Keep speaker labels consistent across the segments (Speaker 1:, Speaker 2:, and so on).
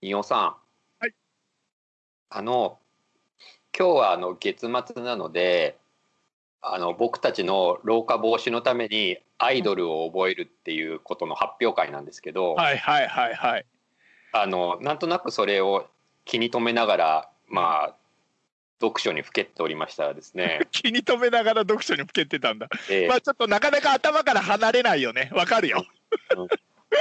Speaker 1: 伊尾さん、
Speaker 2: はい、
Speaker 1: あの今日はあの月末なのであの僕たちの老化防止のためにアイドルを覚えるっていうことの発表会なんですけど、
Speaker 2: はいはいはいはい。
Speaker 1: あのなんとなくそれを気に留めながらまあ読書にふけっておりましたらです ね
Speaker 2: 気に留めながら読書にふけてたんだ。
Speaker 1: えー
Speaker 2: まあちょっとなかなか頭から離れないよね。わかるよ。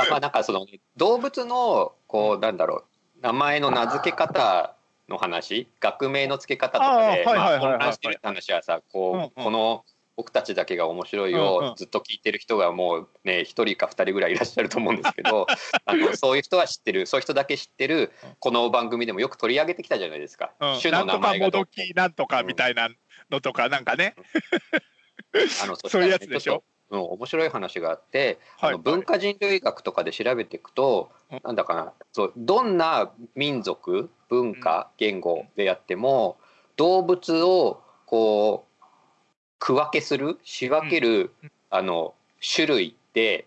Speaker 1: まあなんかその動物のこうなんだろう名前の名付け方の話学名の付け方とかで
Speaker 2: あーはい
Speaker 1: ま
Speaker 2: は
Speaker 1: あ
Speaker 2: いはいはい
Speaker 1: 混乱してるって話はさこう
Speaker 2: うんうん
Speaker 1: この僕たちだけが面白い
Speaker 2: うんう
Speaker 1: を
Speaker 2: ん
Speaker 1: ずっと聞いてる人がもうね一人か二人ぐらいいらっしゃると思うんですけ どあのそういう人は知ってるそういう人だけ知ってるこの番組でもよく取り上げてきたじゃないですか
Speaker 2: うん、
Speaker 1: 種
Speaker 2: な
Speaker 1: の
Speaker 2: ん
Speaker 1: 名
Speaker 2: とか
Speaker 1: 前
Speaker 2: も
Speaker 1: がど
Speaker 2: ど
Speaker 1: う
Speaker 2: きなんとかみたいなのとかなんかね。
Speaker 1: あの
Speaker 2: そういうやつ
Speaker 1: そしたら
Speaker 2: でしょ。
Speaker 1: ねちょっとうん面白い話があって
Speaker 2: は
Speaker 1: あの
Speaker 2: い。
Speaker 1: 文化人類学とかで調べていくと、
Speaker 2: うん
Speaker 1: なんだかなそうどんな民族文化言語でやっても動物をこう区分けする仕分ける、
Speaker 2: うん
Speaker 1: あの種類って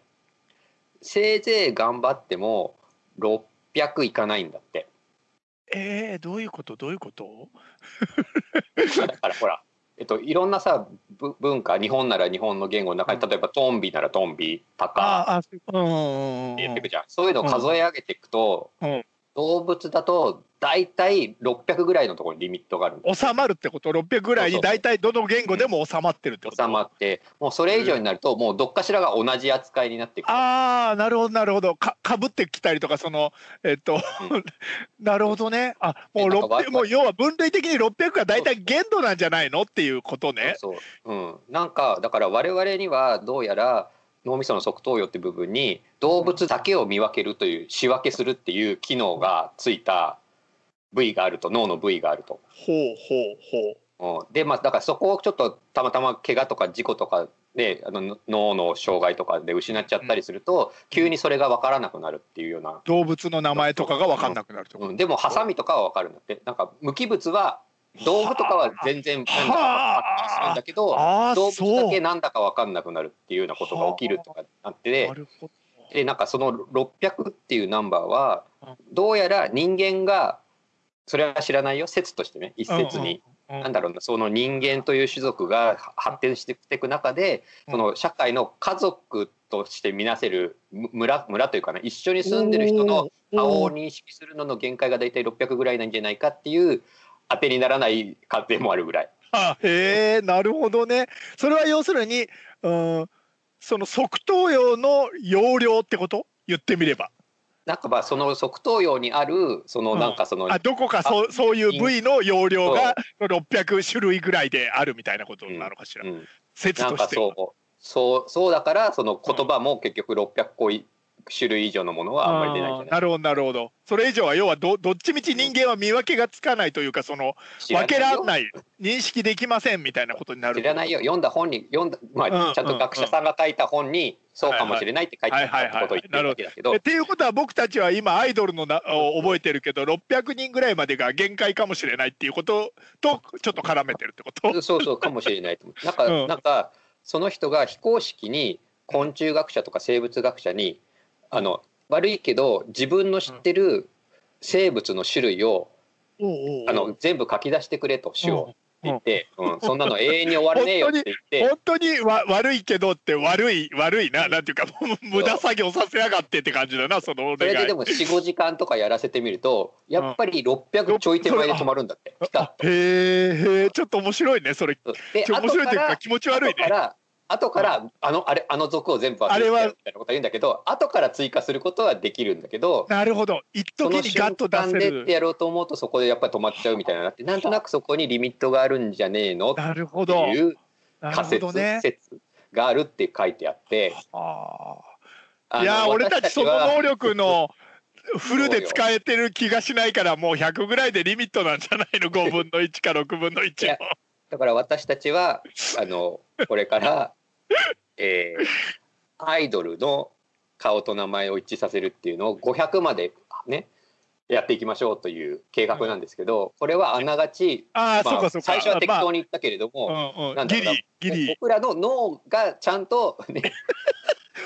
Speaker 1: せいぜい頑張っても600いかないんだって。
Speaker 2: えー、どういうことどういうこと？
Speaker 1: だからほらえっと、いろんなさぶ文化日本なら日本の言語の中に
Speaker 2: うん
Speaker 1: 例えばトンビならトンビタカ
Speaker 2: あーあー、そういうことうんうんうん
Speaker 1: 言ってくじゃん、そういうのを数え上げていくと、
Speaker 2: うん
Speaker 1: 動物だと大体600ぐらいのところにリミットがあるんで
Speaker 2: うん。収まるってこと600ぐらいに大体どの言語でも収まってるってこ
Speaker 1: す
Speaker 2: と
Speaker 1: 収まってもうそれ以上になるともうどっかしらが同じ扱いになっていくる
Speaker 2: ああなるほどなるほどかかぶってきたりとかそのえっと、
Speaker 1: う
Speaker 2: なるほどねあもう
Speaker 1: ねなんかわ
Speaker 2: 600もう要は分類的に600が大体限度なんじゃないのっていうことね。
Speaker 1: そうそう、うん、なんかだから我々にはどうやら脳みその側頭葉って部分に動物だけを見分けるという仕分けするっていう機能がついた部位があると脳の部位があると。
Speaker 2: ほうほうほう。
Speaker 1: うん、でまあだからそこをちょっとたまたま怪我とか事故とかであのの脳の障害とかで失っちゃったりすると、急にそれが分からなくなるっていうような、
Speaker 2: 動物の名前とかが分かんなくなるってこ
Speaker 1: うん、でもハサミとかは分かるんだってなんか無機物は道具とかは全然なんだかはっきりするんだけ
Speaker 2: と。
Speaker 1: ど
Speaker 2: ああ
Speaker 1: 動
Speaker 2: ー
Speaker 1: 物だ
Speaker 2: そ
Speaker 1: け
Speaker 2: う。
Speaker 1: なんだか分かんなくなるっていうようなことが起きるとかなってて
Speaker 2: なるほど。
Speaker 1: でなんかその600っていうナンバーは
Speaker 2: うん
Speaker 1: どうやら人間がそれは知らないよ説としてね一説
Speaker 2: うんう
Speaker 1: に
Speaker 2: ん。うん
Speaker 1: なんだろうなその人間という種族がは発展していく中で
Speaker 2: うん
Speaker 1: その社会の家族として見なせるむ村村というかね一緒に住んでる人の顔を認識するのの限界が大体600ぐらいなんじゃないかっていう当てにならない家庭もあるぐらい。
Speaker 2: あへえなるほどね。それは要するに、うん、その側頭葉の容量ってこと言ってみれば。
Speaker 1: なんかまあその側頭葉にあるその
Speaker 2: うん
Speaker 1: なんかその
Speaker 2: あどこかそうそういう部位の容量が600種類ぐらいであるみたいなことなのかしら、
Speaker 1: うん
Speaker 2: 説
Speaker 1: なん
Speaker 2: と
Speaker 1: か
Speaker 2: して
Speaker 1: そう
Speaker 2: は
Speaker 1: そうそうだからその言葉も結局600個い種類以上のものはあんまり出ないんじゃ
Speaker 2: あー
Speaker 1: ない
Speaker 2: なるほどなるほどそれ以上は要はどどっちみち人間は見分けがつかないというかその
Speaker 1: 知
Speaker 2: 分けら
Speaker 1: よ
Speaker 2: んない認識できませんみたいなことになる
Speaker 1: 知らないよ読んだ本に読んだ、ま
Speaker 2: う
Speaker 1: あ、
Speaker 2: ん
Speaker 1: ちゃんと学者さんが書いた本にそうかもしれないって書いてあったってことを言ってるわけだけど
Speaker 2: えっていうことは僕たちは今アイドルのな を覚えてるけど600人ぐらいまでが限界かもしれないっていうこととちょっと絡めてるってこと
Speaker 1: そうそうかもしれないと思うなんか、
Speaker 2: うん
Speaker 1: なんかその人が非公式に昆虫学者とか生物学者にあの悪いけど自分の知ってる生物の種類をあの全部書き出してくれと種をって言って、うん、そんなの永遠に終われねえよって言って
Speaker 2: 本当にわ悪いけどって悪い 悪いななんていうかもう無駄作業させやがってって感じだなそのお
Speaker 1: そ
Speaker 2: 願い
Speaker 1: れででも45時間とかやらせてみるとやっぱり600ちょい手前で止まるんだってピタッと
Speaker 2: へえへえちょっと面白いねそれ
Speaker 1: で
Speaker 2: ちょ面白いというか気持ち悪い
Speaker 1: 後か
Speaker 2: ね
Speaker 1: ら後からあのあれあの族を全部忘れて
Speaker 2: あ
Speaker 1: やる
Speaker 2: れは
Speaker 1: みたいなこと言うんだけど後から追加することはできるんだけど
Speaker 2: なるほど一
Speaker 1: そ
Speaker 2: 時
Speaker 1: の
Speaker 2: にガ
Speaker 1: 瞬
Speaker 2: ッと出
Speaker 1: 間
Speaker 2: せ
Speaker 1: でっ
Speaker 2: る
Speaker 1: てやろうと思うとそこでやっぱり止まっちゃうみたいになってなんとなくそこにリミットがあるんじゃねえのっ
Speaker 2: なるほ
Speaker 1: て
Speaker 2: ど
Speaker 1: いう
Speaker 2: な
Speaker 1: 仮
Speaker 2: るほ
Speaker 1: 説
Speaker 2: どね
Speaker 1: 説があるって書いてあって
Speaker 2: あ
Speaker 1: あ
Speaker 2: ー
Speaker 1: の
Speaker 2: いやー俺たちその
Speaker 1: 私は
Speaker 2: 能力のフルで使えてる気がしないからもう100ぐらいでリミットなんじゃない の5分の1か6分の1
Speaker 1: いや
Speaker 2: の
Speaker 1: だから私たちはあのこれ から、えーアイドルの顔と名前を一致させるっていうのを500までねやっていきましょうという計画なんですけどこれはあながち、
Speaker 2: あ
Speaker 1: ま
Speaker 2: あそ
Speaker 1: あ
Speaker 2: うかそうか
Speaker 1: 最初は適当
Speaker 2: に
Speaker 1: に言ったけれども、
Speaker 2: うんう
Speaker 1: なん
Speaker 2: ん
Speaker 1: だ
Speaker 2: ギ
Speaker 1: ろうな
Speaker 2: リギリ
Speaker 1: 僕らの脳がちゃんと、ね、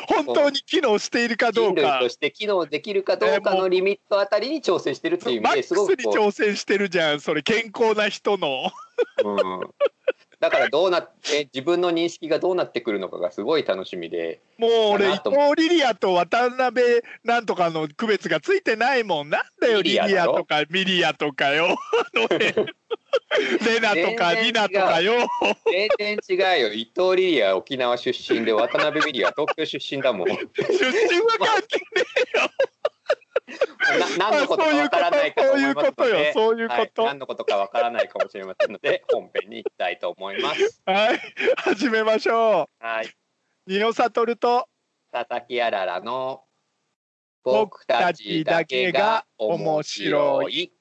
Speaker 2: 本当に機能しているか
Speaker 1: 人
Speaker 2: どう
Speaker 1: 類
Speaker 2: か
Speaker 1: として機能できるかどうかのリミットあたりに挑戦してるっていう意
Speaker 2: マ
Speaker 1: 味で
Speaker 2: ックス
Speaker 1: すごく
Speaker 2: に
Speaker 1: こう
Speaker 2: 挑戦してるじゃんそれ健康な 人の
Speaker 1: うんだからどうなって自分の認識がどうなってくるのかがすごい楽しみで
Speaker 2: もう俺伊
Speaker 1: あと
Speaker 2: 藤リリアと渡辺なんとかの区別がついてないもんなんだよ
Speaker 1: リ
Speaker 2: リ
Speaker 1: リ
Speaker 2: リ
Speaker 1: アだ
Speaker 2: ア
Speaker 1: ろ
Speaker 2: とかミリアとかよあの 辺レナとか
Speaker 1: 全然違う
Speaker 2: リナと かよ
Speaker 1: 全然違うよ伊藤リリアは沖縄出身で渡辺ミリアは東京出身だもんな
Speaker 2: 出身は関係
Speaker 1: 何のことかわからないかと
Speaker 2: そう
Speaker 1: 思
Speaker 2: い
Speaker 1: いうま
Speaker 2: こ
Speaker 1: す
Speaker 2: と
Speaker 1: の
Speaker 2: よ
Speaker 1: で
Speaker 2: そういうこと、
Speaker 1: はい、
Speaker 2: はい
Speaker 1: 何のことかわからないかもしれませんので本編に行きたいと思います
Speaker 2: 始めましょ
Speaker 1: はい。
Speaker 2: う二の悟と
Speaker 1: 佐々木あららの僕たちだけが面白い。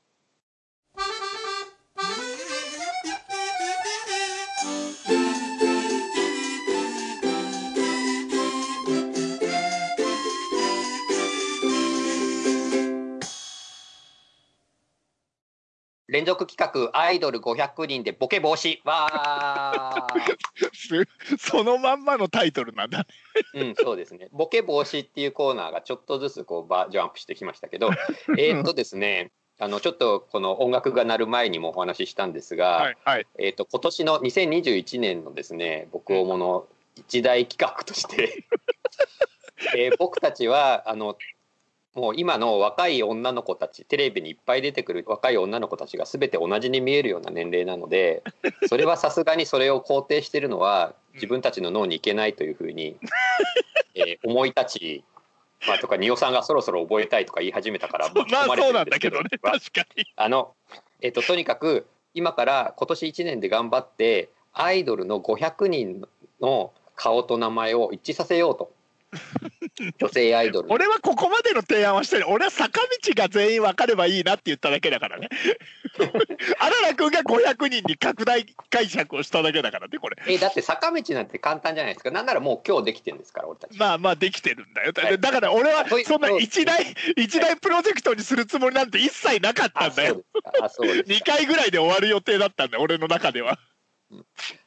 Speaker 1: 連続企画アイドル500人でボケ防止わー。
Speaker 2: すそのまんまのタイトルなんだね
Speaker 1: うん、そうですね。ボケ防止っていうコーナーがちょっとずつこうバージョンアップしてきましたけど、えーっとですね、あのちょっとこの音楽が鳴る前にもお話ししたんですが、
Speaker 2: はいはい
Speaker 1: えーっと今年の2021年のですね、僕をもの一大企画として、 えー僕たちはあのもう今の若い女の子たちテレビにいっぱい出てくる若い女の子たちが全て同じに見えるような年齢なのでそれはさすがにそれを肯定してるのは自分たちの脳にいけないというふう に、えー思い立ち、まあ、とか仁尾さんがそろそろ覚えたいとか言い始めたから巻き
Speaker 2: まあ
Speaker 1: 込れ
Speaker 2: そ
Speaker 1: て
Speaker 2: うな
Speaker 1: る
Speaker 2: んだけどね
Speaker 1: 僕は
Speaker 2: 確かに
Speaker 1: あの、えっと、とにかく今から今年1年で頑張ってアイドルの500人の顔と名前を一致させよう と女性アイドルの
Speaker 2: 俺はここまでの提案はしてる俺は坂道が全員分かればいいなって言っただけだからねあらら君が500人に拡大解釈をしただけだからねこれ
Speaker 1: えだって坂道なんて簡単じゃないですかなんならもう今日できてるんですから俺たち
Speaker 2: まあまあできてるんだよだ
Speaker 1: はい
Speaker 2: だから俺は
Speaker 1: そういう
Speaker 2: そんな
Speaker 1: そう
Speaker 2: 一大一大プロジェクトにするつもりなんて一切なかったんだ
Speaker 1: そう
Speaker 2: よ
Speaker 1: ですかあそう です
Speaker 2: 2
Speaker 1: か
Speaker 2: 回ぐらいで終わる予定だったんだよ俺の中では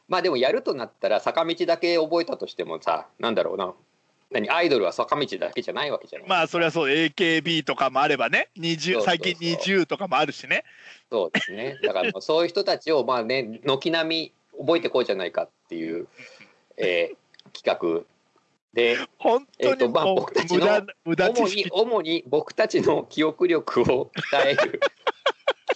Speaker 1: まあでもやるとなったら坂道だけ覚えたとしてもさなんだろうな何アイドルは坂道だけじゃないわけじゃない、
Speaker 2: まあそれはそう AKB とかもあればね
Speaker 1: そうそうそ
Speaker 2: 20
Speaker 1: う
Speaker 2: 最近20とかもあるしね
Speaker 1: そうですねだからもうそういう人たちをまあね軒並み覚えてこうじゃないかって いう、えー企画で
Speaker 2: 本当
Speaker 1: えっ
Speaker 2: に
Speaker 1: とまあ
Speaker 2: も
Speaker 1: 僕た
Speaker 2: う
Speaker 1: ち
Speaker 2: 無
Speaker 1: の
Speaker 2: 駄な無駄知
Speaker 1: 主に
Speaker 2: 識
Speaker 1: 主に僕たちの記憶力を 鍛える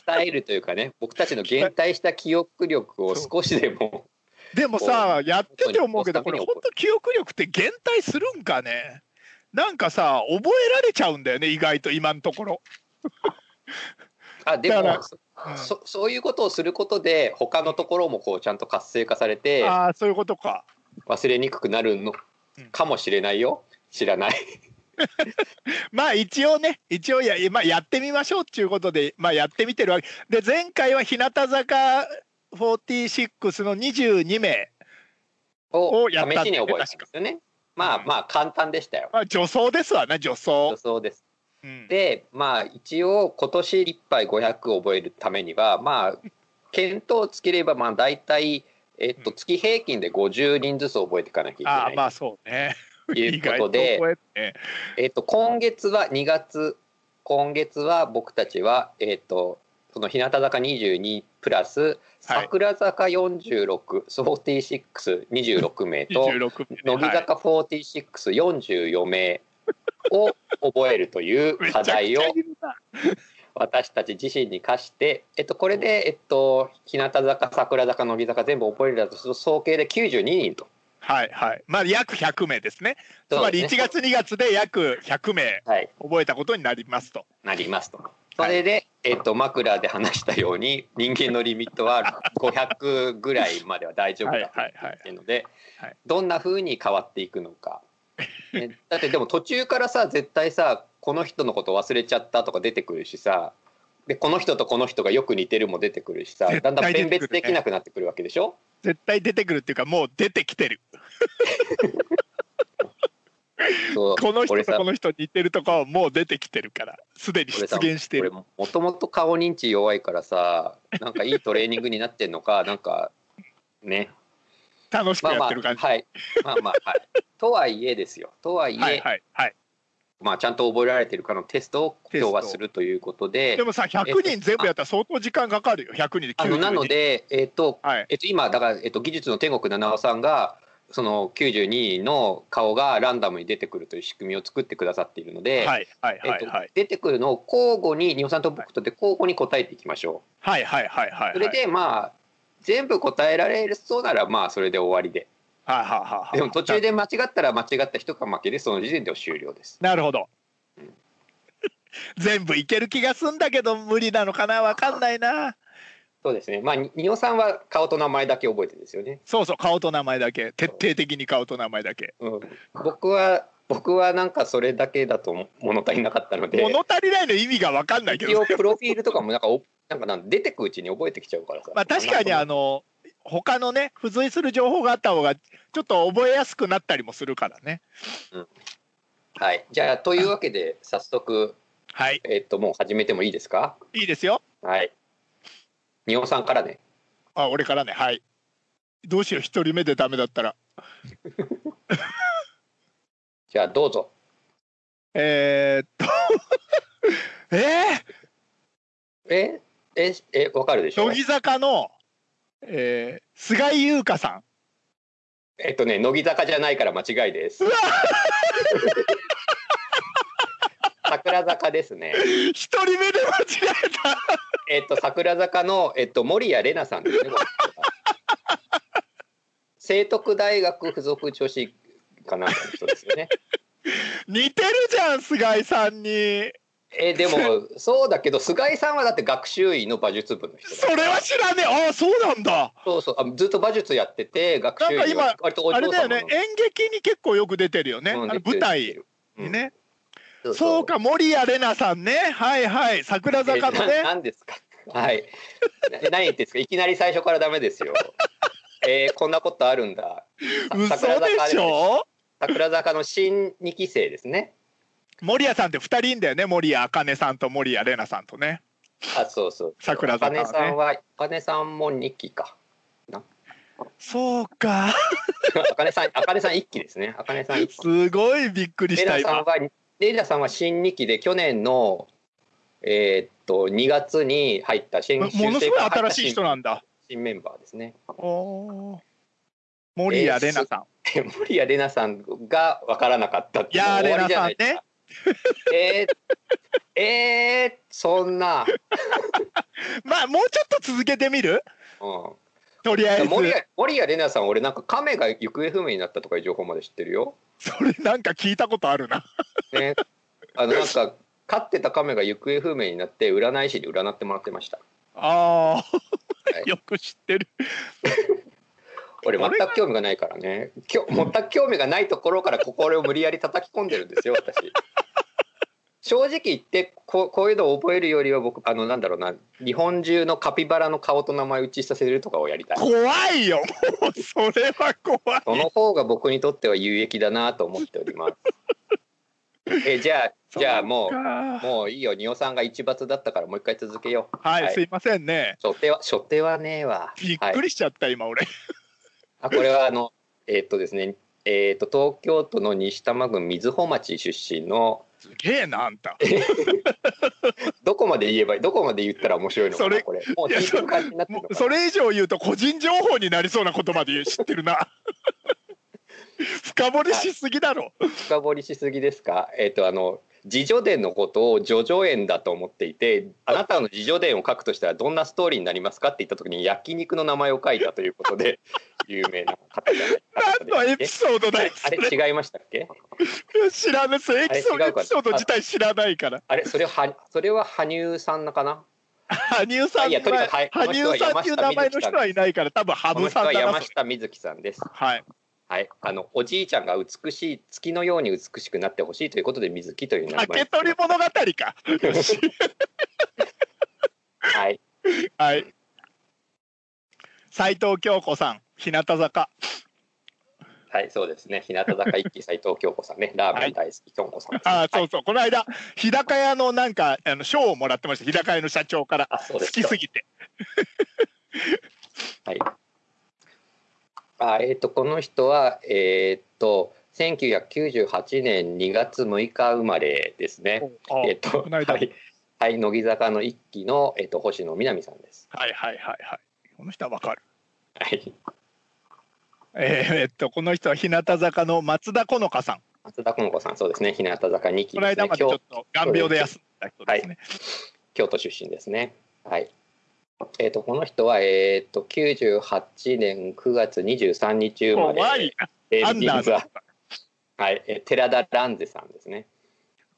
Speaker 1: 鍛えるというかね僕たちの減退した記憶力を少しでも
Speaker 2: でもさやってて思うけど
Speaker 1: こ
Speaker 2: こ
Speaker 1: う
Speaker 2: れ本当記憶力って減退するんかねなんかさ覚えられちゃうんだよね意外と今のところ、
Speaker 1: あで
Speaker 2: だか
Speaker 1: も
Speaker 2: ら
Speaker 1: そ
Speaker 2: うん
Speaker 1: そそういうことをすることで他のところもこうちゃんと活性化されて
Speaker 2: ああそういうことか
Speaker 1: 忘れにくくなるの
Speaker 2: うん
Speaker 1: かもしれないよ知らない
Speaker 2: まあ一応ね一応や,、まあ、やってみましょうっていうことで、まあ、やってみてるわけで前回は日向坂46の22名、
Speaker 1: を
Speaker 2: を
Speaker 1: 試
Speaker 2: やったんだ
Speaker 1: しに
Speaker 2: よね
Speaker 1: 覚えたんですよね。まあ
Speaker 2: うん
Speaker 1: まあ簡単でしたよ。
Speaker 2: まあ、女装ですわね女装、
Speaker 1: そうです
Speaker 2: うん
Speaker 1: でまあ一応今年いっぱい500覚えるためにはまあ見当をつければまあ大体、えっと、
Speaker 2: うん
Speaker 1: 月平均で50人ずつ覚えていかなきゃ
Speaker 2: あ
Speaker 1: いけ
Speaker 2: あま
Speaker 1: ない
Speaker 2: あそうね
Speaker 1: とい
Speaker 2: 意
Speaker 1: うこと
Speaker 2: 外と覚
Speaker 1: で、
Speaker 2: えて
Speaker 1: えっと、今月は2月今月は僕たちは、えっと、その日向坂22プラス
Speaker 2: はい
Speaker 1: 桜坂464626名と
Speaker 2: 26名、
Speaker 1: 乃木
Speaker 2: はい
Speaker 1: 坂4644名を覚えるという
Speaker 2: めち
Speaker 1: 課
Speaker 2: ゃくちゃい
Speaker 1: 題を
Speaker 2: るな
Speaker 1: 私たち自身に課して、えっと、これで、えっと、日向坂桜坂乃木坂全部覚えるだとすると総計で92人と。
Speaker 2: はいはいまあ約100名ですねつまり
Speaker 1: そうですね
Speaker 2: 1月2月で約100名
Speaker 1: はい、
Speaker 2: 覚えたことになりますと
Speaker 1: なりますと。それで、えっと、枕で話したように人間のリミットは500ぐらいまでは大丈夫だ
Speaker 2: はいはいはい
Speaker 1: っていうので
Speaker 2: はい
Speaker 1: どんなふうに変わっていくのか。 ねだってでも途中からさ絶対さこの人のこと忘れちゃったとか出てくるしさでこの人とこの人がよく似てるも出てくるしさ
Speaker 2: 絶
Speaker 1: だ
Speaker 2: 対
Speaker 1: んだん弁
Speaker 2: 出てくるね
Speaker 1: 別できなくなってくるわけでしょ
Speaker 2: 絶対出てくるっていうかもう出てきてる
Speaker 1: そう
Speaker 2: この人
Speaker 1: 俺
Speaker 2: と
Speaker 1: さ
Speaker 2: この人似てるとかはもう出てきてるからすでに出現して
Speaker 1: 俺
Speaker 2: る
Speaker 1: もともと顔認知 弱いからさなんかいいトレーニングになってんのかなんかね
Speaker 2: 楽しく
Speaker 1: まあ
Speaker 2: や
Speaker 1: まあ
Speaker 2: ってる感じ。
Speaker 1: はいまあまあはい とはいえですよとはいえ、
Speaker 2: はいはいはい。
Speaker 1: まあ、ちゃんと覚えられてるかのテストを今日は
Speaker 2: テスト
Speaker 1: するということで
Speaker 2: でもさ100人全部やったら相当時間かかるよ100人で
Speaker 1: あ
Speaker 2: 90
Speaker 1: の
Speaker 2: 人
Speaker 1: なので、えっと
Speaker 2: はい
Speaker 1: えっと、今だから、えっと、技術の天国七尾さんがその92の顔がランダムに出てくるという仕組みを作ってくださっているので、
Speaker 2: はいはい
Speaker 1: えっ
Speaker 2: はい
Speaker 1: と
Speaker 2: はい
Speaker 1: 出てくるのを交互にニオさんと僕とで交互に答えていきましょ
Speaker 2: はいはいはいは
Speaker 1: う
Speaker 2: い
Speaker 1: それでまあ全部答えられそうならまあそれで終わりで
Speaker 2: はいはいはいはい
Speaker 1: でも途中で間違ったら間違った人が負けでその時点では終了です
Speaker 2: なるほど
Speaker 1: うん。
Speaker 2: 全部いける気がすんだけど無理なのかなわかんないな。
Speaker 1: そうですねまあにニオさんは顔と名前だけ覚えてるんですよね、
Speaker 2: そうそう顔と名前だけ徹底的に顔と名前だけ。
Speaker 1: うん、僕は僕はなんかそれだけだと物足りなかったので
Speaker 2: 物足りないの意味がわかんないけ
Speaker 1: 一
Speaker 2: ど
Speaker 1: 応。プロフィールとかもなんかおなんかなん出てくうちに覚えてきちゃうからさ。
Speaker 2: まあ確かにあ
Speaker 1: の
Speaker 2: の他のね付随する情報があった方がちょっと覚えやすくなったりもするからね。
Speaker 1: はいじゃあというわけで早速
Speaker 2: はい
Speaker 1: えっともう始めてもいいですか。
Speaker 2: いいですよ。
Speaker 1: はい。ニオさんからね。
Speaker 2: あ俺からねはい。どうしよう一人目でダメだったら。
Speaker 1: じゃあどうぞ。
Speaker 2: えー、っと えー、
Speaker 1: えええわかるでしょ
Speaker 2: 乃。木坂の、えー、菅井優香さん。
Speaker 1: えっとね乃木坂じゃないから間違いです。 桜坂ですね。
Speaker 2: 一人目で間違えた
Speaker 1: えっと桜坂のえっと森谷玲奈さんですね。この人は聖徳大学附属女子かなんかの人ですよね。
Speaker 2: 似てるじゃん菅井さんに
Speaker 1: えーでもそうだけど菅井さんはだって学習院の馬術部の人だ
Speaker 2: それは知らねえああそうなんだ
Speaker 1: そうそうあずっと馬術やってて学習院
Speaker 2: なん
Speaker 1: は
Speaker 2: か
Speaker 1: 割とお
Speaker 2: あれ
Speaker 1: 嬢
Speaker 2: だ
Speaker 1: 様
Speaker 2: よ
Speaker 1: の
Speaker 2: ね演劇に結構よく出てるよね、
Speaker 1: うん
Speaker 2: あの
Speaker 1: 出て
Speaker 2: 舞
Speaker 1: る
Speaker 2: 台
Speaker 1: うん
Speaker 2: にね、
Speaker 1: そう
Speaker 2: そうか森谷玲奈さんねはいはい桜坂
Speaker 1: え
Speaker 2: の
Speaker 1: ーな
Speaker 2: ね
Speaker 1: なんですかはいな何言ってんですかいきなり最初からダメですよえーこんなことあるんださ
Speaker 2: 嘘
Speaker 1: 桜坂
Speaker 2: でしょ
Speaker 1: 桜坂の新2期生ですね
Speaker 2: 森谷さんって二人いんだよね森谷茜さんと森谷玲奈さんとね
Speaker 1: あそうそう
Speaker 2: 桜坂はね
Speaker 1: 茜さんは茜さんも2期か
Speaker 2: そうか
Speaker 1: 茜さん茜さん1期ですね茜さん1期
Speaker 2: すごいびっくり
Speaker 1: レ
Speaker 2: し
Speaker 1: イ
Speaker 2: た
Speaker 1: ラさん
Speaker 2: 今
Speaker 1: はレイラさんは新2期で去年のえーっと2月に入った新
Speaker 2: も
Speaker 1: 修
Speaker 2: のす
Speaker 1: 正
Speaker 2: ごい
Speaker 1: から入った
Speaker 2: 新しい人なんだ
Speaker 1: 新新メンバーですね。
Speaker 2: おー森谷玲奈さん、
Speaker 1: で森谷レナさんが分からなかったって
Speaker 2: いやー
Speaker 1: もう終
Speaker 2: 玲
Speaker 1: わり
Speaker 2: 奈
Speaker 1: じゃなん
Speaker 2: さ
Speaker 1: い
Speaker 2: ね
Speaker 1: えー、えー、そんな、
Speaker 2: まあもうちょっと続けてみる
Speaker 1: う
Speaker 2: とりあえ
Speaker 1: ん、
Speaker 2: ず
Speaker 1: 森谷森谷レナさん俺なんか亀が行方不明になったとかいう情報まで知ってるよ。
Speaker 2: それなんか聞いたことあ るな
Speaker 1: ね、あのなんか飼ってた亀が行方不明になって占い師に占ってもらってました。
Speaker 2: あ
Speaker 1: は
Speaker 2: ー
Speaker 1: い
Speaker 2: よく知ってる
Speaker 1: 俺全く興味がないからねきょ全く興味がないところからここを無理やり叩き込んでるんですよ私正直言ってこうこういうのを覚えるよりは僕あのなんだろうな日本中のカピバラの顔と名前を一致させるとかをやりたい
Speaker 2: 怖い よもうそれは怖い
Speaker 1: その方が僕にとっては有益だなと思っており ますえじゃあじゃあもう
Speaker 2: う
Speaker 1: もういいよ仁オさんが一抜だったからもう一回続けよう
Speaker 2: はい、
Speaker 1: はい
Speaker 2: すいませんね
Speaker 1: 初手は初手はねえわ
Speaker 2: びっ
Speaker 1: はい
Speaker 2: くりしちゃった、今俺
Speaker 1: あこれはあのえーっとですねえーっと東京都の西多摩郡瑞穂町出身の
Speaker 2: すげえなあんた
Speaker 1: どこまで言えばいいどこまで言ったら面白いのか
Speaker 2: それ
Speaker 1: なこれもう聞いてる感じになってる
Speaker 2: も
Speaker 1: のか
Speaker 2: うそ
Speaker 1: な
Speaker 2: れ以上言うと個人情報になりそうなことまで言う知ってる な深掘りしすぎだろ、
Speaker 1: 深掘りしすぎですかえーっとあの自叙伝のことを叙々苑だと思っていてあなたの自叙伝を書くとしたらどんなストーリーになりますかって言った時に焼肉の名前を書いたということで 有名な方じゃない
Speaker 2: 何のエピソードだよ
Speaker 1: あ
Speaker 2: それ
Speaker 1: れ違いましたっけ
Speaker 2: 知らないそのエピソー
Speaker 1: あ
Speaker 2: ド
Speaker 1: れ違
Speaker 2: エ
Speaker 1: うか
Speaker 2: ピソード自体知らないから
Speaker 1: あれそれはそれは羽生さんのかな
Speaker 2: 羽生さん
Speaker 1: いやとにかくはい
Speaker 2: 羽生さんっていう名前の人はいないから多分羽
Speaker 1: この
Speaker 2: 生
Speaker 1: 人
Speaker 2: さ
Speaker 1: は
Speaker 2: んだ
Speaker 1: 山
Speaker 2: なそれ
Speaker 1: 下美月さんです
Speaker 2: はい
Speaker 1: はい、あのおじいちゃんが美しい月のように美しくなってほしいということで水木という名前
Speaker 2: 竹取物語か
Speaker 1: はい、
Speaker 2: はい斎藤京子さん日向坂
Speaker 1: はい、そうですね日向坂一期斉藤京子さん ねラーメン大好き京子さんですね、
Speaker 2: あーそ
Speaker 1: は
Speaker 2: う
Speaker 1: い
Speaker 2: そうこの間日高屋のなんかあの賞をもらってました日高屋の社長から
Speaker 1: あそう
Speaker 2: 好
Speaker 1: です
Speaker 2: きすぎて
Speaker 1: はいあえー、とこの人は、えー、っと1998年2月6日生まれですね。
Speaker 2: あ
Speaker 1: えー、っと
Speaker 2: この間
Speaker 1: はい、はい、乃木坂の一期の、えー、っと星野みなみさんです。
Speaker 2: はいはいはいはい。この人はわかる。
Speaker 1: はい、
Speaker 2: えーえっとこの人は日向坂の松田好花さん。
Speaker 1: 松田好子さんそうですね日向坂二期
Speaker 2: こ
Speaker 1: で
Speaker 2: の
Speaker 1: す、ね
Speaker 2: 間、までちょ
Speaker 1: 京
Speaker 2: っと眼病で休んだ人ですね。
Speaker 1: 京都出身ですね。はいえー、とこの人は、えー、と98年9月23日生ま
Speaker 2: 怖
Speaker 1: れ
Speaker 2: い。
Speaker 1: えー
Speaker 2: アンダー
Speaker 1: 銀
Speaker 2: だ
Speaker 1: 座。はい、えー寺田蘭世さんですね。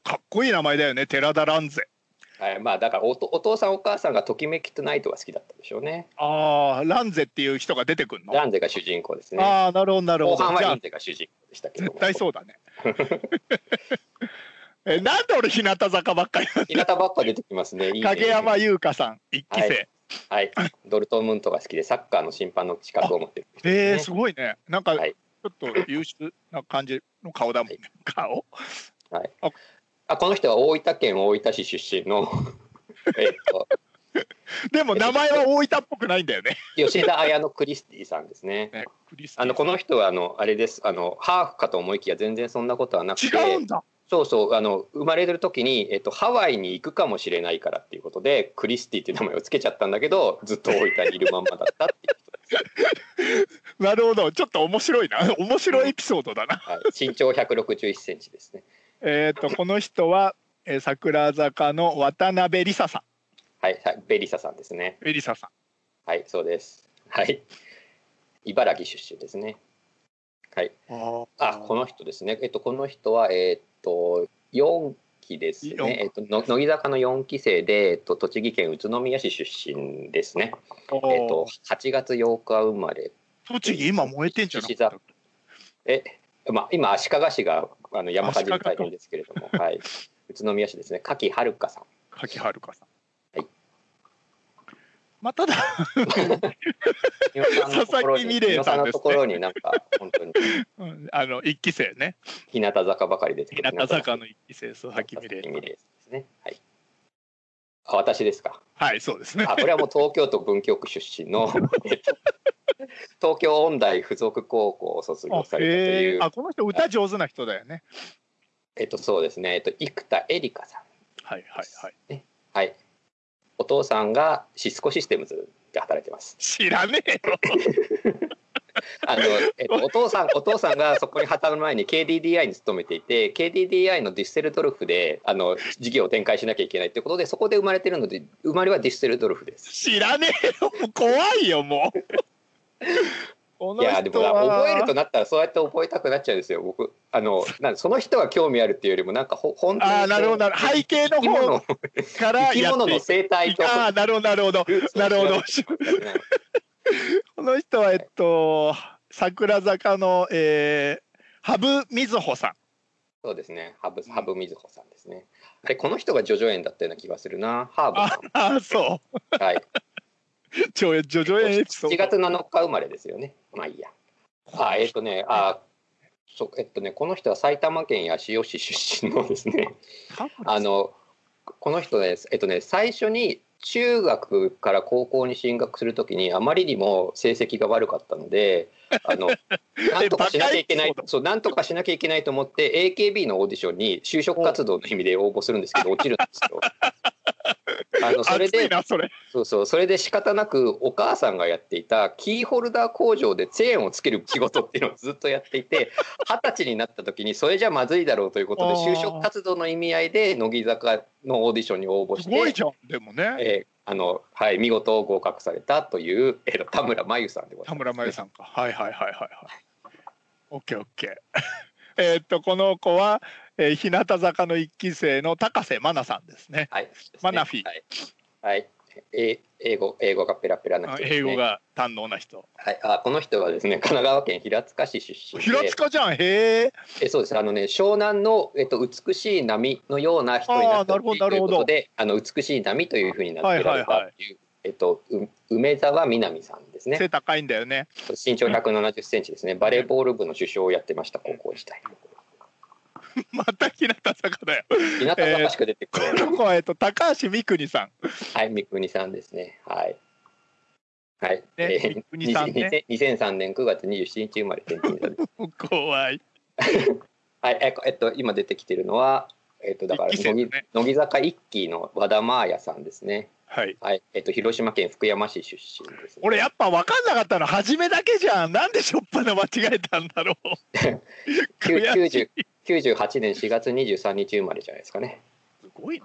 Speaker 2: かっこいい名前だよね。寺田蘭ゼ。
Speaker 1: はい、まあだからおとお父さんお母さんがときめきトゥナイトが好きだったんでしょうね。
Speaker 2: ああ、蘭ゼっていう人が出てくるの。
Speaker 1: ランゼが主人公ですね。
Speaker 2: ああ、なるほどなる
Speaker 1: 後
Speaker 2: ほ
Speaker 1: 半
Speaker 2: ど。
Speaker 1: は
Speaker 2: じゃ
Speaker 1: ラ
Speaker 2: あ
Speaker 1: ンゼが主人公でしたけども。
Speaker 2: 絶対そうだね。 えなんで俺日向坂ばっかりなんだ。
Speaker 1: 日向ばっか出てきますね。いいね
Speaker 2: 影山優香さん一期生。
Speaker 1: はいはい。ドルトムントが好きでサッカーの審判の資格を持ってる人ですね、
Speaker 2: えー、すごいね。なんか、
Speaker 1: はい
Speaker 2: ちょっと優秀な感じの顔だもんね。顔
Speaker 1: はい
Speaker 2: あ。
Speaker 1: あこの人は大分県大分市出身 のえっと
Speaker 2: でも名前は大分っぽくないんだよね。
Speaker 1: 吉田綾乃クリスティさんですね。
Speaker 2: ねクリスティ
Speaker 1: あのこの人はあのあれですあのハーフかと思いきや全然そんなことはなくて。
Speaker 2: 違うんだ。
Speaker 1: そうそうあの生まれてる時に、えっと、ハワイに行くかもしれないからっていうことでクリスティっていう名前をつけちゃったんだけどずっと大分にいるまんまだった っていう人です、
Speaker 2: なるほど。ちょっと面白いな。面白いエピソードだな。
Speaker 1: はい、身長1 6 1ンチですね
Speaker 2: えっと、この人は、えー桜坂の渡辺梨沙さ
Speaker 1: はい、はい、ベリサさんですね
Speaker 2: ん。えりささん。
Speaker 1: はいそうですはい茨城出身ですねはいあこの人ですねえっとこの人はえっと4期です
Speaker 2: 四
Speaker 1: ね、えっと、の乃木坂の4期生で、えっと、栃木県宇都宮市出身ですね、
Speaker 2: おー
Speaker 1: えっと、8月8日生まれ
Speaker 2: 栃木今燃えてんじゃなかったっけ
Speaker 1: え、まあ、今足利市があの山火事で大変ですけれども、はい、宇都宮市ですね、柿はるか さん。
Speaker 2: 柿はるかさん。
Speaker 1: はい。
Speaker 2: まあ、ただ、
Speaker 1: 佐
Speaker 2: 々木美玲さんですね
Speaker 1: のところになんか本当に
Speaker 2: うんあの、一期生ね。
Speaker 1: 日向坂ばかり出て
Speaker 2: 日向坂の一期生、佐々木美玲
Speaker 1: 佐
Speaker 2: さ
Speaker 1: 々木
Speaker 2: ん
Speaker 1: 美玲さんですね。はい。あ私ですか。
Speaker 2: はい、そうですね。
Speaker 1: あこれはもう東京都文京区出身 のえっと東京音大附属高校を卒業されたと
Speaker 2: え
Speaker 1: い
Speaker 2: え
Speaker 1: う
Speaker 2: あ、この人歌上手な人だよね。
Speaker 1: えっとそうですねえっと生田絵梨花さん
Speaker 2: はいはいはい。
Speaker 1: はいお父さんがシスコシステムズで働いてます。
Speaker 2: 知らね えよ。
Speaker 1: あの、えっと、お父さん、お父さんがそこに働く前に KDDI に勤めていて、KDDI のディッセルドルフで、あの、事業を展開しなきゃいけないってことで、そこで生まれてるので、生まれはディッセルドルフです。
Speaker 2: 知らねえよ。もう怖いよもう。この
Speaker 1: い
Speaker 2: 人
Speaker 1: や、でもな、
Speaker 2: は
Speaker 1: 覚えるとなったら、そうやって覚えたくなっちゃうんですよ、僕。あの、なんその人が興味あるっていうよりも、なんかほ、本当にこう。
Speaker 2: あーなるほどなるほど背景の
Speaker 1: 生き物
Speaker 2: 方
Speaker 1: の
Speaker 2: からやっ
Speaker 1: 生
Speaker 2: てい
Speaker 1: き
Speaker 2: く
Speaker 1: 物の生態と。
Speaker 2: ああなるほどなるほど
Speaker 1: ルーツを
Speaker 2: なるほ
Speaker 1: 調べ
Speaker 2: ど
Speaker 1: てます
Speaker 2: この人はえっと桜坂の、えー、羽生瑞穂さん
Speaker 1: そうですね、ハブ、ハブみずほさんですね。あれ、この人がジョジョ園だったような気がするな、ハーブ
Speaker 2: ああそ
Speaker 1: さん。はい。
Speaker 2: うちょジョジョエンエピソ
Speaker 1: 7
Speaker 2: ード
Speaker 1: 月7日生まれですよね。まあいいや。あ、えっ、とね、あ、そうえっとね、この人は埼玉県八潮市出身のですね。 あの、この人です。えっとね、最初に中学から高校に進学するときに、あまりにも成績が悪かったので。あ の、なんとかしなきゃいけな
Speaker 2: え
Speaker 1: い
Speaker 2: バカエピソー、ド
Speaker 1: そう、なんとかしなきゃいけないと思って、A. K. B. のオーディションに就職活動の意味で応募するんですけど、落ちるんです よ。あの、それ
Speaker 2: 熱
Speaker 1: で
Speaker 2: い。なそれ
Speaker 1: そうそう、それで仕方なくお母さんがやっていたキーホルダー工場でチェーンをつける仕事っていうのをずっとやってい て、二十歳になった時にそれじゃまずいだろうということで、
Speaker 2: あー
Speaker 1: 就職活動の意味合いで乃木坂のオーディションに応募し
Speaker 2: すごい
Speaker 1: て、
Speaker 2: じゃんでもね
Speaker 1: えーあのはい、見事合格されたという、えーと田村真由さんでござ
Speaker 2: 田
Speaker 1: います。
Speaker 2: 村真由さんかはいはいはいはいはいオッケーオ ッケーえーっとこの子は、えー、日向坂の一期生の高瀬真奈さんですね
Speaker 1: はい、ですね
Speaker 2: マナフィ
Speaker 1: はい、はいえ英語英語がペラペラな
Speaker 2: あ
Speaker 1: 人です、ね、
Speaker 2: 英語が堪能な人
Speaker 1: はい、あこの人はですね神奈川県平塚市出身で
Speaker 2: 平塚じゃんへえ
Speaker 1: えそうですあのね湘南の、えっと、美しい波のような人になってほしい
Speaker 2: あーな
Speaker 1: とい
Speaker 2: る
Speaker 1: う
Speaker 2: ほ
Speaker 1: こ
Speaker 2: ど
Speaker 1: とであの美しい波というふうに名付けられ
Speaker 2: はい
Speaker 1: た
Speaker 2: は
Speaker 1: というえっとう梅澤みなみさんですね
Speaker 2: 背高いんだよね
Speaker 1: 身長1 7 0ンチですねバレーボール部の主将をやってました高校時代
Speaker 2: また日向坂だよ
Speaker 1: 日向坂しか出てこ
Speaker 2: こ
Speaker 1: ない、
Speaker 2: の子は、えっと、高橋みくにさん
Speaker 1: はい三國さんですねはいはい。
Speaker 2: ね
Speaker 1: えー
Speaker 2: 国さんね
Speaker 1: 2000 2003年9月27日生まれ天秤座です。
Speaker 2: 怖い。
Speaker 1: はい。えっとえっと今出てきてるのはえっとだから
Speaker 2: 一期生
Speaker 1: 乃木,、
Speaker 2: だね
Speaker 1: 乃木坂一期の和田真彩さんですね。
Speaker 2: はい。
Speaker 1: はい。えっと広島県福山市出身です、ね。
Speaker 2: 俺やっぱ分かんなかったの初めだけじゃん。なんでしょっぱな間違えたんだろう。
Speaker 1: 九
Speaker 2: 悔しい。
Speaker 1: 九十八年4月23日生まれじゃないですかね。
Speaker 2: すごい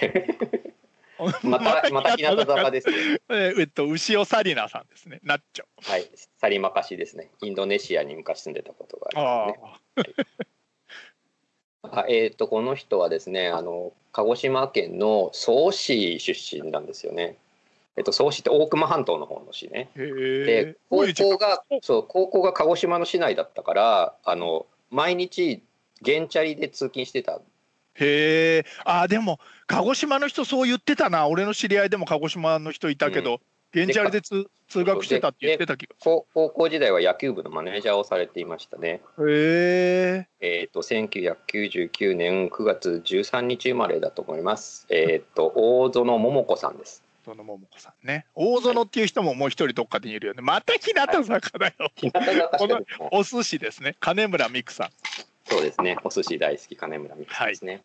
Speaker 2: ね。
Speaker 1: またまた日向坂です、ね。
Speaker 2: えーえっと牛尾サリナさんですね。なっちゃう。
Speaker 1: はい。サリマカシですね。インドネシアに昔住んでたことがありますね
Speaker 2: あ。あ。
Speaker 1: あえー、とこの人はですねあの鹿児島県の曽市出身なんですよね。えっと、曽市って大熊半島の方の市ね。
Speaker 2: へ
Speaker 1: で
Speaker 2: え。
Speaker 1: 高
Speaker 2: 近
Speaker 1: 校がそう高校が鹿児島の市内だったからあの毎日原チャリで通勤してた
Speaker 2: へえ。ああでも鹿児島の人そう言ってたな。俺の知り合いでも鹿児島の人いたけど、現地あれで通通学してたって言ってたけど。
Speaker 1: 高高校時代は野球部のマネージャーをされていましたね。
Speaker 2: へえ。
Speaker 1: えー、と1999年9月13日生まれだと思います。えー、と大園桃子さんです。
Speaker 2: その桃子さんね。大園っていう人ももう一人どっかでいるよね。また日向坂だよ。
Speaker 1: 日向坂市ですね
Speaker 2: お寿司ですね。金村美久さん。
Speaker 1: そうですね。お寿司大好き金村美久さんですね。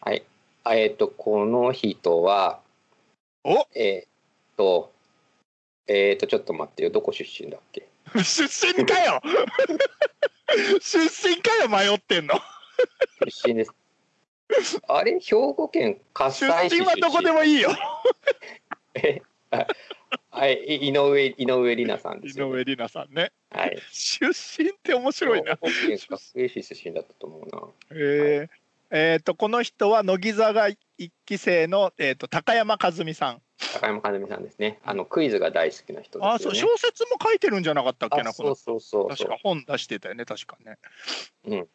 Speaker 1: はい。あえっ、とこの人は
Speaker 2: お
Speaker 1: えっ、とえっ、とちょっと待ってよどこ出身だっけ？
Speaker 2: 出身かよ出身かよ迷ってんの
Speaker 1: 出身です。あれ兵庫県加西
Speaker 2: 出
Speaker 1: 市
Speaker 2: 身はどこでもいいよ
Speaker 1: えあ はいい井上井上里奈さんで
Speaker 2: 井
Speaker 1: すよ、
Speaker 2: 上里奈さんね
Speaker 1: はい。
Speaker 2: 出身って面白いな
Speaker 1: 兵庫県加西市出身だったと思うな。
Speaker 2: えーえーとこの人は乃木坂一期生の、えー、と高山和美さん、
Speaker 1: 高山和美さんですね。あのクイズが大好きな人ですよね。
Speaker 2: あそう小説も書いてるんじゃなかったっけな
Speaker 1: あ
Speaker 2: こ
Speaker 1: そ
Speaker 2: の
Speaker 1: うそうそうそ
Speaker 2: 確
Speaker 1: う
Speaker 2: か。本出してたよね確かね、
Speaker 1: うん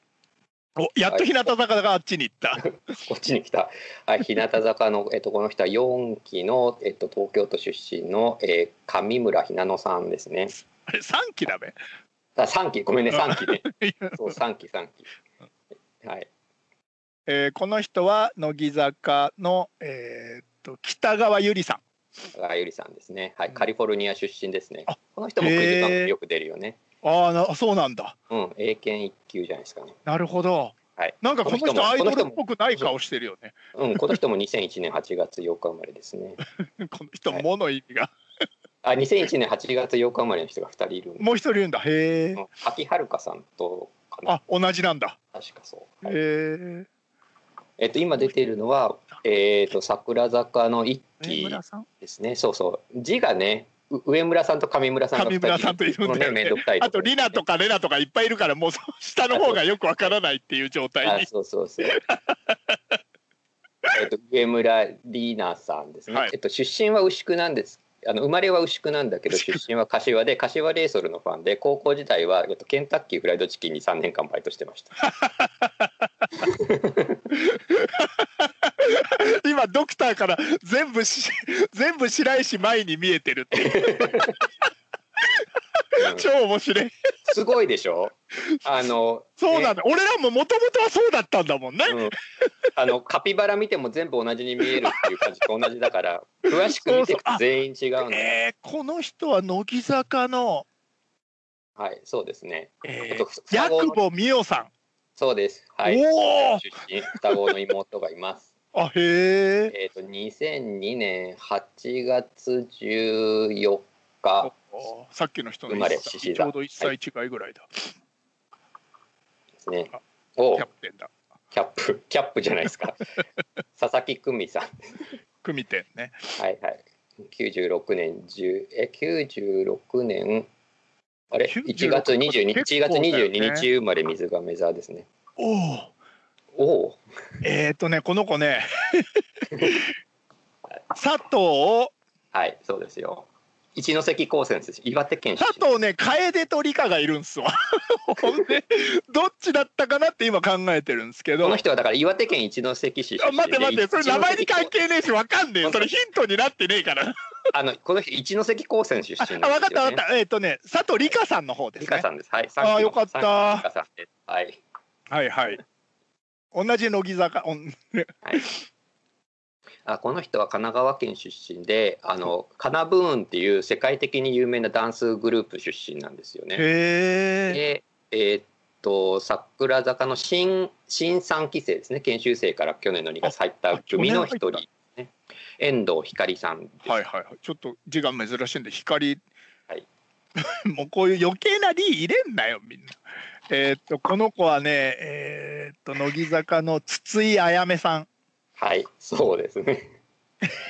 Speaker 2: おやっと日向坂があっちに行った、
Speaker 1: こっちに来た。はい、日向坂の、え っと、この人は四期の、えっと、東京都出身の、えー上村ひなのさんですね。
Speaker 2: あれ3期だべ
Speaker 1: あ、三期、ごめんね、三期 ね。そう、三期、三期。はい。
Speaker 2: えーこの人は乃木坂の、えー、と北川由里さん
Speaker 1: あ、ゆりさんですね。は
Speaker 2: う
Speaker 1: い、
Speaker 2: ん
Speaker 1: カリフォルニア出身ですね
Speaker 2: あ。
Speaker 1: この人もクイズ番組よく出るよね。
Speaker 2: あーなあそうなんだ
Speaker 1: うん、英検一級じゃないですかね。
Speaker 2: なるほど、
Speaker 1: はい
Speaker 2: なんかこの
Speaker 1: この人
Speaker 2: 人
Speaker 1: も
Speaker 2: アイドルっぽくない顔してるよね
Speaker 1: うん、この人も二千一年八月八日生まれですね。
Speaker 2: この人もの意味が
Speaker 1: あ、二千一年八月八日生まれの人が二人いるんで。
Speaker 2: もう一人いるんだへえ
Speaker 1: うん秋はるかさんとかな。
Speaker 2: あ同じなんだ
Speaker 1: 確かそう。はい
Speaker 2: へえ
Speaker 1: えっと、今出ているのは、えっと、桜坂の一
Speaker 2: 上
Speaker 1: 期
Speaker 2: 村さん
Speaker 1: ですね。そうそう。字がね、う上村さんと上村さんが二
Speaker 2: 上
Speaker 1: 人
Speaker 2: 村さんといるんだよ
Speaker 1: こ
Speaker 2: ね
Speaker 1: のめんどくさい
Speaker 2: あとリナとかレナとかいっぱいいるからもうその下の方がよくわからないっていう状態
Speaker 1: あ
Speaker 2: に
Speaker 1: そうそう そう。えっと上村里奈さんですね。
Speaker 2: はい
Speaker 1: えっと出身は牛久なんです。あの生まれは牛久なんだけど
Speaker 2: 牛
Speaker 1: 出
Speaker 2: 久
Speaker 1: 身は柏で柏レイソルのファンで高校時代は、えっと、ケンタッキーフライドチキンに3年間バイトしてま した。
Speaker 2: 今ドクターから全部し全部白石前に見えてるっていう
Speaker 1: うん
Speaker 2: 超面白い
Speaker 1: すごいでしょあの
Speaker 2: そうな
Speaker 1: ね
Speaker 2: んだ、俺らももともとはそうだったんだもんね、
Speaker 1: うんあのカピバラ見ても全部同じに見えるっていう感じと同じだから詳しく見ていくと全員違うの。
Speaker 2: えーこの人は乃木坂の、
Speaker 1: はいそうですね。え
Speaker 2: え
Speaker 1: っ
Speaker 2: ー
Speaker 1: と、双
Speaker 2: ヤ
Speaker 1: 子
Speaker 2: ク
Speaker 1: の
Speaker 2: ボ美代さん
Speaker 1: そうです。はい。
Speaker 2: おー
Speaker 1: 出身双子の妹がいます。
Speaker 2: あへえ。
Speaker 1: えっ、と2002年8月14日。
Speaker 2: おさっきの人の
Speaker 1: 生まれ
Speaker 2: 一歳
Speaker 1: 獅子座
Speaker 2: ちょうど一歳違いぐらいだ。
Speaker 1: ですね
Speaker 2: あ。
Speaker 1: お
Speaker 2: キャプテンだ。
Speaker 1: キャップキャップじゃないです か。佐々木久美さん。
Speaker 2: 組店ね。
Speaker 1: はいはい。96年10え96年あれ
Speaker 2: 96
Speaker 1: 1月22日1
Speaker 2: 結
Speaker 1: 月
Speaker 2: 構だよ
Speaker 1: 22
Speaker 2: ね
Speaker 1: 日生まれ水亀座ですね。
Speaker 2: おお。
Speaker 1: おお
Speaker 2: えっ、ー、とねこの子ね。 佐藤
Speaker 1: はいそうですよ。一関高専です。岩手県出
Speaker 2: 佐藤ね楓と理香がいるんすわ。ほんでどっちだったかなって今考えてるんですけ
Speaker 1: 身。こ
Speaker 2: ど
Speaker 1: の。人はだから岩手県一関市出身で
Speaker 2: あ待って待ってそれ名前に
Speaker 1: 一関
Speaker 2: 関係ねえしわかんねえそれヒントになってねえから
Speaker 1: あのこの人一関高専出身
Speaker 2: あ
Speaker 1: な
Speaker 2: あ
Speaker 1: んです
Speaker 2: 分
Speaker 1: よ、
Speaker 2: か
Speaker 1: ね。
Speaker 2: った分かったえっ、ー、とね佐藤理香さんの方で
Speaker 1: リ
Speaker 2: す
Speaker 1: カ
Speaker 2: ね
Speaker 1: さんです。はい。
Speaker 2: あーよかった
Speaker 1: リカさんです。はい。
Speaker 2: はいはい同じ乃木坂おん
Speaker 1: はい。あこの人は神奈川県出身であのカナブーンっていう世界的に有名なダンスグループ出身なんですよね。
Speaker 2: へえ。
Speaker 1: で、えーっと桜坂の新新3期生ですね研修生から去年の2月入った組の一人
Speaker 2: あ去年入
Speaker 1: ですね遠藤ひかりさんです、
Speaker 2: はいはいはい。ちょっと字が珍しいんで光。
Speaker 1: はい。
Speaker 2: もうこういう余計な「り」入れんなよみんな。えーっとこの子はねえーっと乃木坂の筒井あやめさん。
Speaker 1: はいそうですね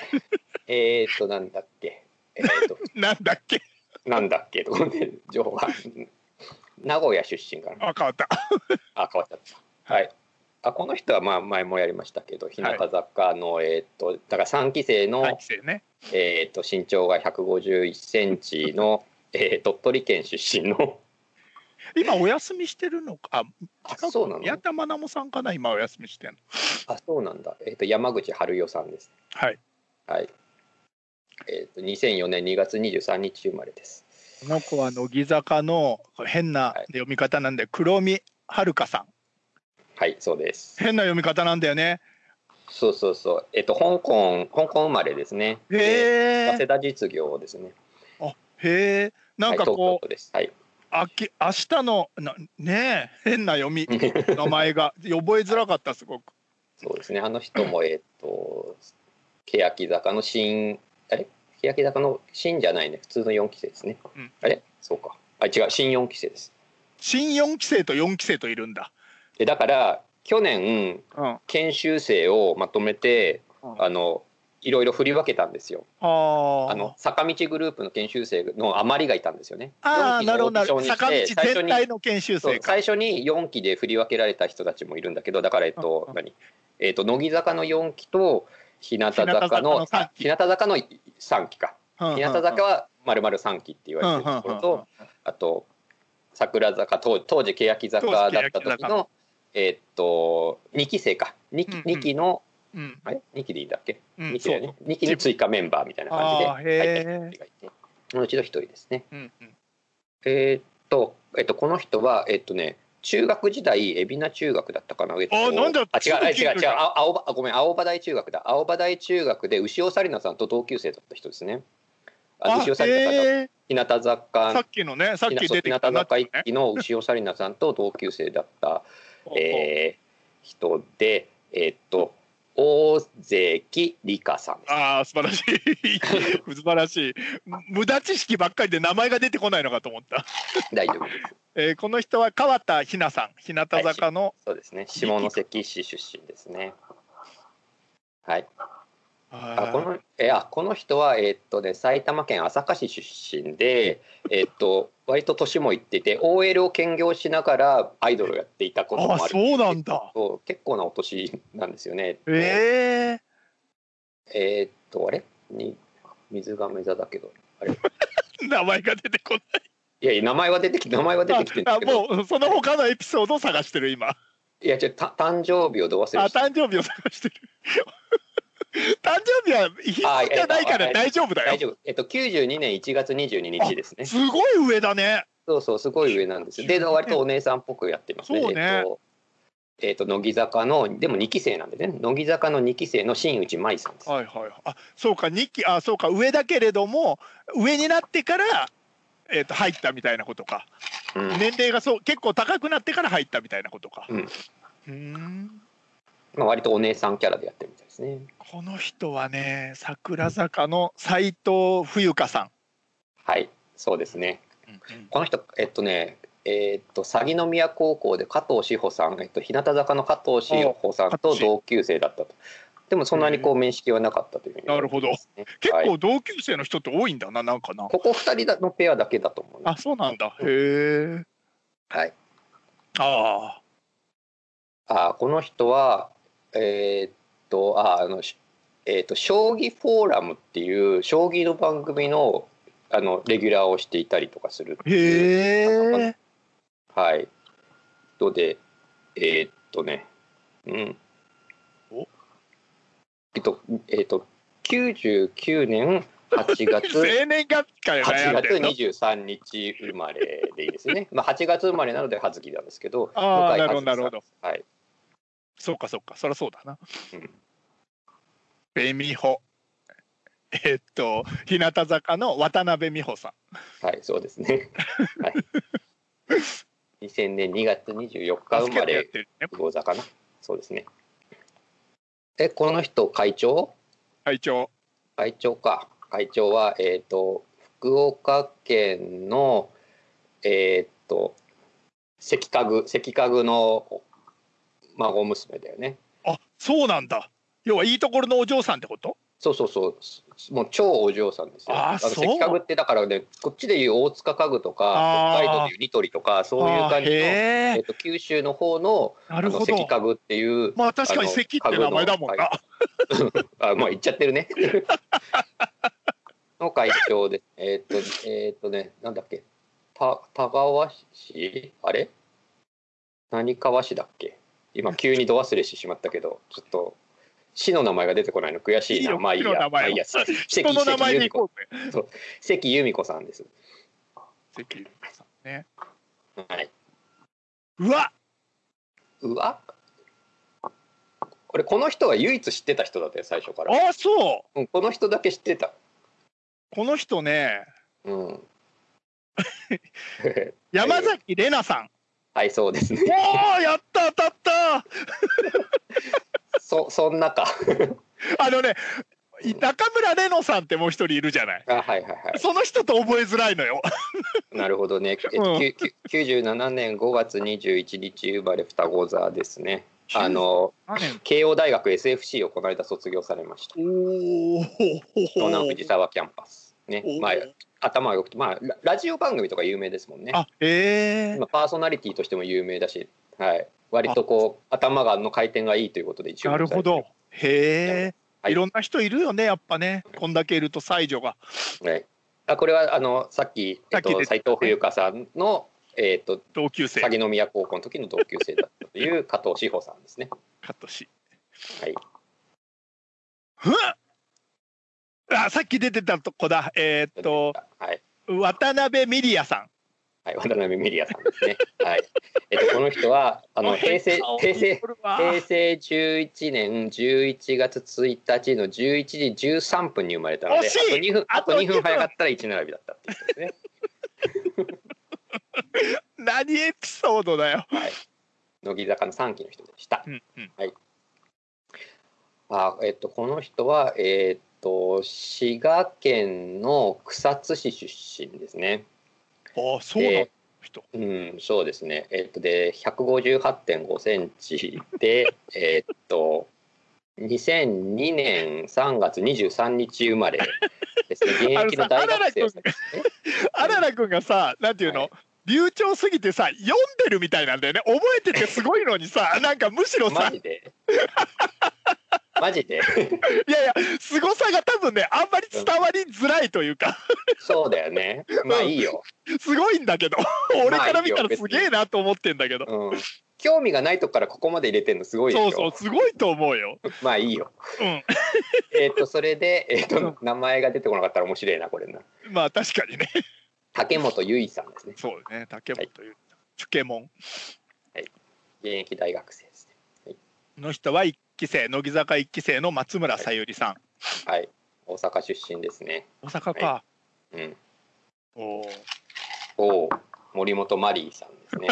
Speaker 1: えーっとなんだっけえーっと
Speaker 2: なんだっけ
Speaker 1: なんだっけとかね情報が 名古屋出身かな
Speaker 2: あ変わった。
Speaker 1: あ変わっちゃったはいあこの人はまあ前もやりましたけど日向坂の、えーっとだから3期生の、
Speaker 2: はい規制ね。
Speaker 1: えー、と身長が151センチの、 えー鳥取県出身の
Speaker 2: 今お休みしてるのか。あ
Speaker 1: あそうなの
Speaker 2: 宮田真奈さんかな今お休みしてんの。
Speaker 1: あそうなんだ、えー、と山口春代さんです
Speaker 2: はい。
Speaker 1: はいえー、と2004年2月23日生まれです
Speaker 2: この子は乃木坂のこれ変な
Speaker 1: はい
Speaker 2: 読み方なんで、黒海はるかさん
Speaker 1: はいそうです
Speaker 2: 変な読み方なんだよね
Speaker 1: そうそうそうえっ、と香港香港生まれですねで
Speaker 2: へ
Speaker 1: 早
Speaker 2: え
Speaker 1: 稲田実業ですね
Speaker 2: へえなん
Speaker 1: は
Speaker 2: か
Speaker 1: い、東京
Speaker 2: こう、
Speaker 1: 都ですはい
Speaker 2: あき明日のなねえ変な読み名前が覚えづらかったすごく
Speaker 1: そうですねあの人もえっ、と欅坂の新あれ欅坂の新じゃないね普通の4期生ですね、
Speaker 2: うん
Speaker 1: あれそうかあ違う新4期生です
Speaker 2: 新4期生と4期生といるんだ、
Speaker 1: でだから去年
Speaker 2: うん、あ
Speaker 1: 研修生をまとめて
Speaker 2: うん
Speaker 1: あのいろいろ振り分けたんですよ
Speaker 2: あ
Speaker 1: あの坂道グループの研修生の余りがいたんですよね
Speaker 2: あ
Speaker 1: 4期の
Speaker 2: ーなるほどなるほ
Speaker 1: オ
Speaker 2: ど
Speaker 1: ーデ
Speaker 2: 坂道
Speaker 1: ィションにして最初
Speaker 2: 全
Speaker 1: に
Speaker 2: 体の研修
Speaker 1: そう
Speaker 2: 生か
Speaker 1: 最初に4期で振り分けられた人たちもいるんだけどだからえっと
Speaker 2: うん
Speaker 1: 何えっと乃木坂の4期と日向坂
Speaker 2: 日向坂
Speaker 1: の
Speaker 2: の三期
Speaker 1: 日向坂の3期か
Speaker 2: うん
Speaker 1: 日向坂はまるまる3期って言われてるところ
Speaker 2: うんうんうんうん
Speaker 1: とあと桜坂当当時欅坂だった
Speaker 2: 当時
Speaker 1: 時
Speaker 2: 欅
Speaker 1: の
Speaker 2: 坂
Speaker 1: えっと2期生か2期
Speaker 2: うんうん
Speaker 1: 二期の
Speaker 2: うん
Speaker 1: あれ2期でいいんだっけ
Speaker 2: う
Speaker 1: 2
Speaker 2: ん
Speaker 1: 期だよね
Speaker 2: そう
Speaker 1: 2期に追加メンバーみたいな感じで
Speaker 2: あーへー
Speaker 1: 入った人がいてそのうちの1人ですね。
Speaker 2: うんうん
Speaker 1: えーっと、えっと、この人は、えっとね、中学時代、海老名中学だったかな。えっと
Speaker 2: あなんだ
Speaker 1: あ、違う、あ
Speaker 2: す
Speaker 1: 違
Speaker 2: ぐ聞
Speaker 1: う、
Speaker 2: いて
Speaker 1: 違う、
Speaker 2: た
Speaker 1: あ、青葉、あごめん、青葉台中学だ。青葉台中学で、牛尾紗理奈さんと同級生だった人ですね。あ
Speaker 2: あ
Speaker 1: 牛尾紗理奈さんと、
Speaker 2: へえ
Speaker 1: 日向坂
Speaker 2: さっきのねさっき出て
Speaker 1: 日
Speaker 2: き
Speaker 1: 向
Speaker 2: たなっ
Speaker 1: 坂
Speaker 2: て
Speaker 1: 一期の牛尾紗理奈さんと同級生だった、
Speaker 2: ね
Speaker 1: えー人で、えっと、大関理香さんです。
Speaker 2: ああ素晴らしい 素晴らしいむ無駄知識ばっかりで名前が出てこないのかと思った、
Speaker 1: 大丈夫です。
Speaker 2: えーこの人は川田ひなさん日向坂の、
Speaker 1: そうですね。下関市出身ですね。はい。あこ
Speaker 2: あ
Speaker 1: のえあこの人は、えーっとね、埼玉県朝霞市出身で、えーっと割と年もいってて OL を兼業しながらアイドルをやっていたこともあ
Speaker 2: あ
Speaker 1: る
Speaker 2: そうなんだ
Speaker 1: そう結構なお年なんですよね。
Speaker 2: ええ
Speaker 1: えーっとあれに水亀座だけど
Speaker 2: 名前が出てこ
Speaker 1: いやいや名前は出てき名前は出
Speaker 2: な
Speaker 1: て
Speaker 2: い
Speaker 1: きてるんで
Speaker 2: あ
Speaker 1: すけど
Speaker 2: もうその他のエピソードを探してる今あ
Speaker 1: いやちょた誕生日をどう忘れした
Speaker 2: 誕生日を探してる 誕生日は日付
Speaker 1: あえー
Speaker 2: じゃないから
Speaker 1: あ
Speaker 2: 大丈夫だ
Speaker 1: 大
Speaker 2: よ
Speaker 1: 丈夫、えーっと、92年1月22日ですね。
Speaker 2: すごい上だね
Speaker 1: そうそう、すごい上なんですよ。で、割とお姉さんっぽくやってますね。
Speaker 2: そうね
Speaker 1: えっと、えっと乃木坂の、でも2期生なんでね、乃木坂の2期生の新内舞さんです。
Speaker 2: はいはい。あ、そうか、二期、あ、そうか、上だけれども、上になってから。えっ、と、入ったみたいなことか。
Speaker 1: うん
Speaker 2: 年齢がそう、結構高くなってから入ったみたいなことか。
Speaker 1: うん
Speaker 2: うーん
Speaker 1: まあ、割とお姉さんキャラでやってるみたいですね。
Speaker 2: この人はね、桜坂の斉藤冬香さん。
Speaker 1: はい、そうですね。この人、えっとね、えっと、鷺宮高校で加藤志保さん、えっと、日向坂の加藤志保さんと同級生だったと。でも、そんなにこう面識はなかったというふうに、
Speaker 2: なるほど。結構同級生の人って多いんだな、なんかな。
Speaker 1: ここ2人だのペアだけだと思うな
Speaker 2: あ、そうなんだ。へえ。
Speaker 1: はい。
Speaker 2: ああ。
Speaker 1: あーこの人はえーっとあーあの、しえーっと将棋フォーラムっていう将棋の番組のあのレギュラーをしていたりとかするっていう
Speaker 2: へえ。
Speaker 1: はい人でえーっとねうん
Speaker 2: お
Speaker 1: えっとえーっと99年8月
Speaker 2: 生年月日から
Speaker 1: 8
Speaker 2: 悩ん
Speaker 1: 月
Speaker 2: でるの。
Speaker 1: 23日生まれでいいですね。まあ8月生まれなので葉月なんですけど、
Speaker 2: ああ、
Speaker 1: 向井
Speaker 2: な
Speaker 1: 葉
Speaker 2: る
Speaker 1: 月
Speaker 2: ほど、
Speaker 1: さ
Speaker 2: なんるほど。
Speaker 1: はい。
Speaker 2: そうか、そうか、そりゃそうだな。辺美穂えっと日向坂の渡辺美穂さん
Speaker 1: はい、そうです ね。はい、2000年2月24日生ま
Speaker 2: やっ
Speaker 1: れ、
Speaker 2: てるね
Speaker 1: 魚座かな。そうですね。え、この人、会長
Speaker 2: 会長
Speaker 1: 会長か。会長は、えっ、と、福岡県の、えっ、と、関家具、関家具の孫娘だよね。
Speaker 2: あそうなんだ要はいいところのお嬢さんってこと
Speaker 1: そうそうそうす、もう超お嬢さんですよ。
Speaker 2: あー
Speaker 1: の
Speaker 2: そう
Speaker 1: 関家具ってだからね、こっちでいう大塚家具とか
Speaker 2: あ、ー
Speaker 1: 北海道でいうニトリとか、そういう感じの、
Speaker 2: あー
Speaker 1: え
Speaker 2: へ
Speaker 1: っ
Speaker 2: え
Speaker 1: と九州の方の
Speaker 2: なるほ
Speaker 1: あの関
Speaker 2: ど
Speaker 1: 家具っていう、
Speaker 2: まあ確かに関って名前だもんな、
Speaker 1: ああまあ言っちゃってるね。 の会長です。えーっと、えーっとね、なんだっけ、た田川市あれ何川市だっけ今、急にど忘れしてしまったけど、ちょっと、市の名前が出てこないの悔しい
Speaker 2: いい
Speaker 1: な。
Speaker 2: よ
Speaker 1: まあいい
Speaker 2: 市の
Speaker 1: や。
Speaker 2: 名前
Speaker 1: ま
Speaker 2: は
Speaker 1: あいいや。関
Speaker 2: 人の名前
Speaker 1: 由
Speaker 2: で
Speaker 1: 美
Speaker 2: いこ
Speaker 1: 子
Speaker 2: うぜ
Speaker 1: 関由美子さんです。
Speaker 2: 関さんね
Speaker 1: はい。
Speaker 2: うわ
Speaker 1: うわこれ、この人は唯一知ってた人だったよ、最初から。
Speaker 2: あそう
Speaker 1: うんこの人だけ知ってた。
Speaker 2: この人ね
Speaker 1: うん。
Speaker 2: 山崎怜奈さん
Speaker 1: はい、そうですね。
Speaker 2: おおやった当たった
Speaker 1: そ、そんなか。
Speaker 2: あのね中村玲奈さんってもう一人いるじゃない
Speaker 1: あ、はいはいはい。
Speaker 2: その人と覚えづらいのよ
Speaker 1: なるほどね。え
Speaker 2: うん
Speaker 1: きゅきゅ97年5月21日生まれ双子座ですね。あの慶応大学 SFC をこの間卒業されました。
Speaker 2: おお
Speaker 1: 湘南藤沢キャンパスね。まあ頭が良くて、まあララジオ番組とか有名ですもんね。
Speaker 2: あええ
Speaker 1: 今パーソナリティとしても有名だし、はい。割とこう頭がの回転がいいということで一応。
Speaker 2: なるほど。へえ、
Speaker 1: はい
Speaker 2: い、ろんな人いるよねやっぱねこんだけいると才女が
Speaker 1: はい。あこれはあのさっきえっと
Speaker 2: さっき出て
Speaker 1: 斉
Speaker 2: たね
Speaker 1: 藤冬香さんのえっと
Speaker 2: 同級生
Speaker 1: 鷺宮高校の時の同級生だったという加藤志保さんですね。
Speaker 2: カットし
Speaker 1: はい。
Speaker 2: ふんあさっき出てたとこだえーっと
Speaker 1: はい。
Speaker 2: 渡辺ミリアさ
Speaker 1: はい、渡辺ミリアさんですね。 はい。えっと、この人は、あ
Speaker 2: ん
Speaker 1: の、平成、
Speaker 2: 顔
Speaker 1: 平成
Speaker 2: こ。れは
Speaker 1: 平成11年11月1日の11時13分に生まれたので
Speaker 2: 惜しい
Speaker 1: あと2分あと
Speaker 2: あと
Speaker 1: 2
Speaker 2: 2
Speaker 1: 分
Speaker 2: 分
Speaker 1: 早かったら1並びだったっていうことですね。
Speaker 2: 何エピソードだよ
Speaker 1: はい、乃木坂の3期の人でした。
Speaker 2: うんうん
Speaker 1: あえっと、この人は、えっと滋賀県の草津市出身ですね。
Speaker 2: あそうなの
Speaker 1: で
Speaker 2: 人
Speaker 1: うん、そうですね。えっとで158.5センチで えっと2002年3月23日生まれです ね。現役の大学生
Speaker 2: あのさあららくんがさなんていうの、
Speaker 1: はい
Speaker 2: 流暢すぎてさ読んでるみたいなんだよね覚えててすごいのに さなんかむしろ
Speaker 1: マ
Speaker 2: さ
Speaker 1: ジで。 マジで。
Speaker 2: いやいやすごさが多分ねあんまり伝わりづらいというか
Speaker 1: そうだよね。まあいいよ。
Speaker 2: すごいんだけど俺から見たらすげえなと思ってんだけど、
Speaker 1: うん。興味がないとこからここまで入れてるのすごいでし
Speaker 2: そ
Speaker 1: ょ。
Speaker 2: うそうすごいと思うよ、
Speaker 1: まあいいよ。
Speaker 2: う
Speaker 1: えっとそれでえっと名前が出てこなかったら面白いなこれな。
Speaker 2: ん、まあ確かに ね
Speaker 1: 竹本結衣さんですね。
Speaker 2: そうね竹本というチュケモン
Speaker 1: 現役大学生ですね。
Speaker 2: の人は一期生乃木坂一期生の松村さゆりさん、
Speaker 1: はい、大阪出身ですね。
Speaker 2: 大阪か、
Speaker 1: はうん。
Speaker 2: おー
Speaker 1: おお、森本マリーさんです ね。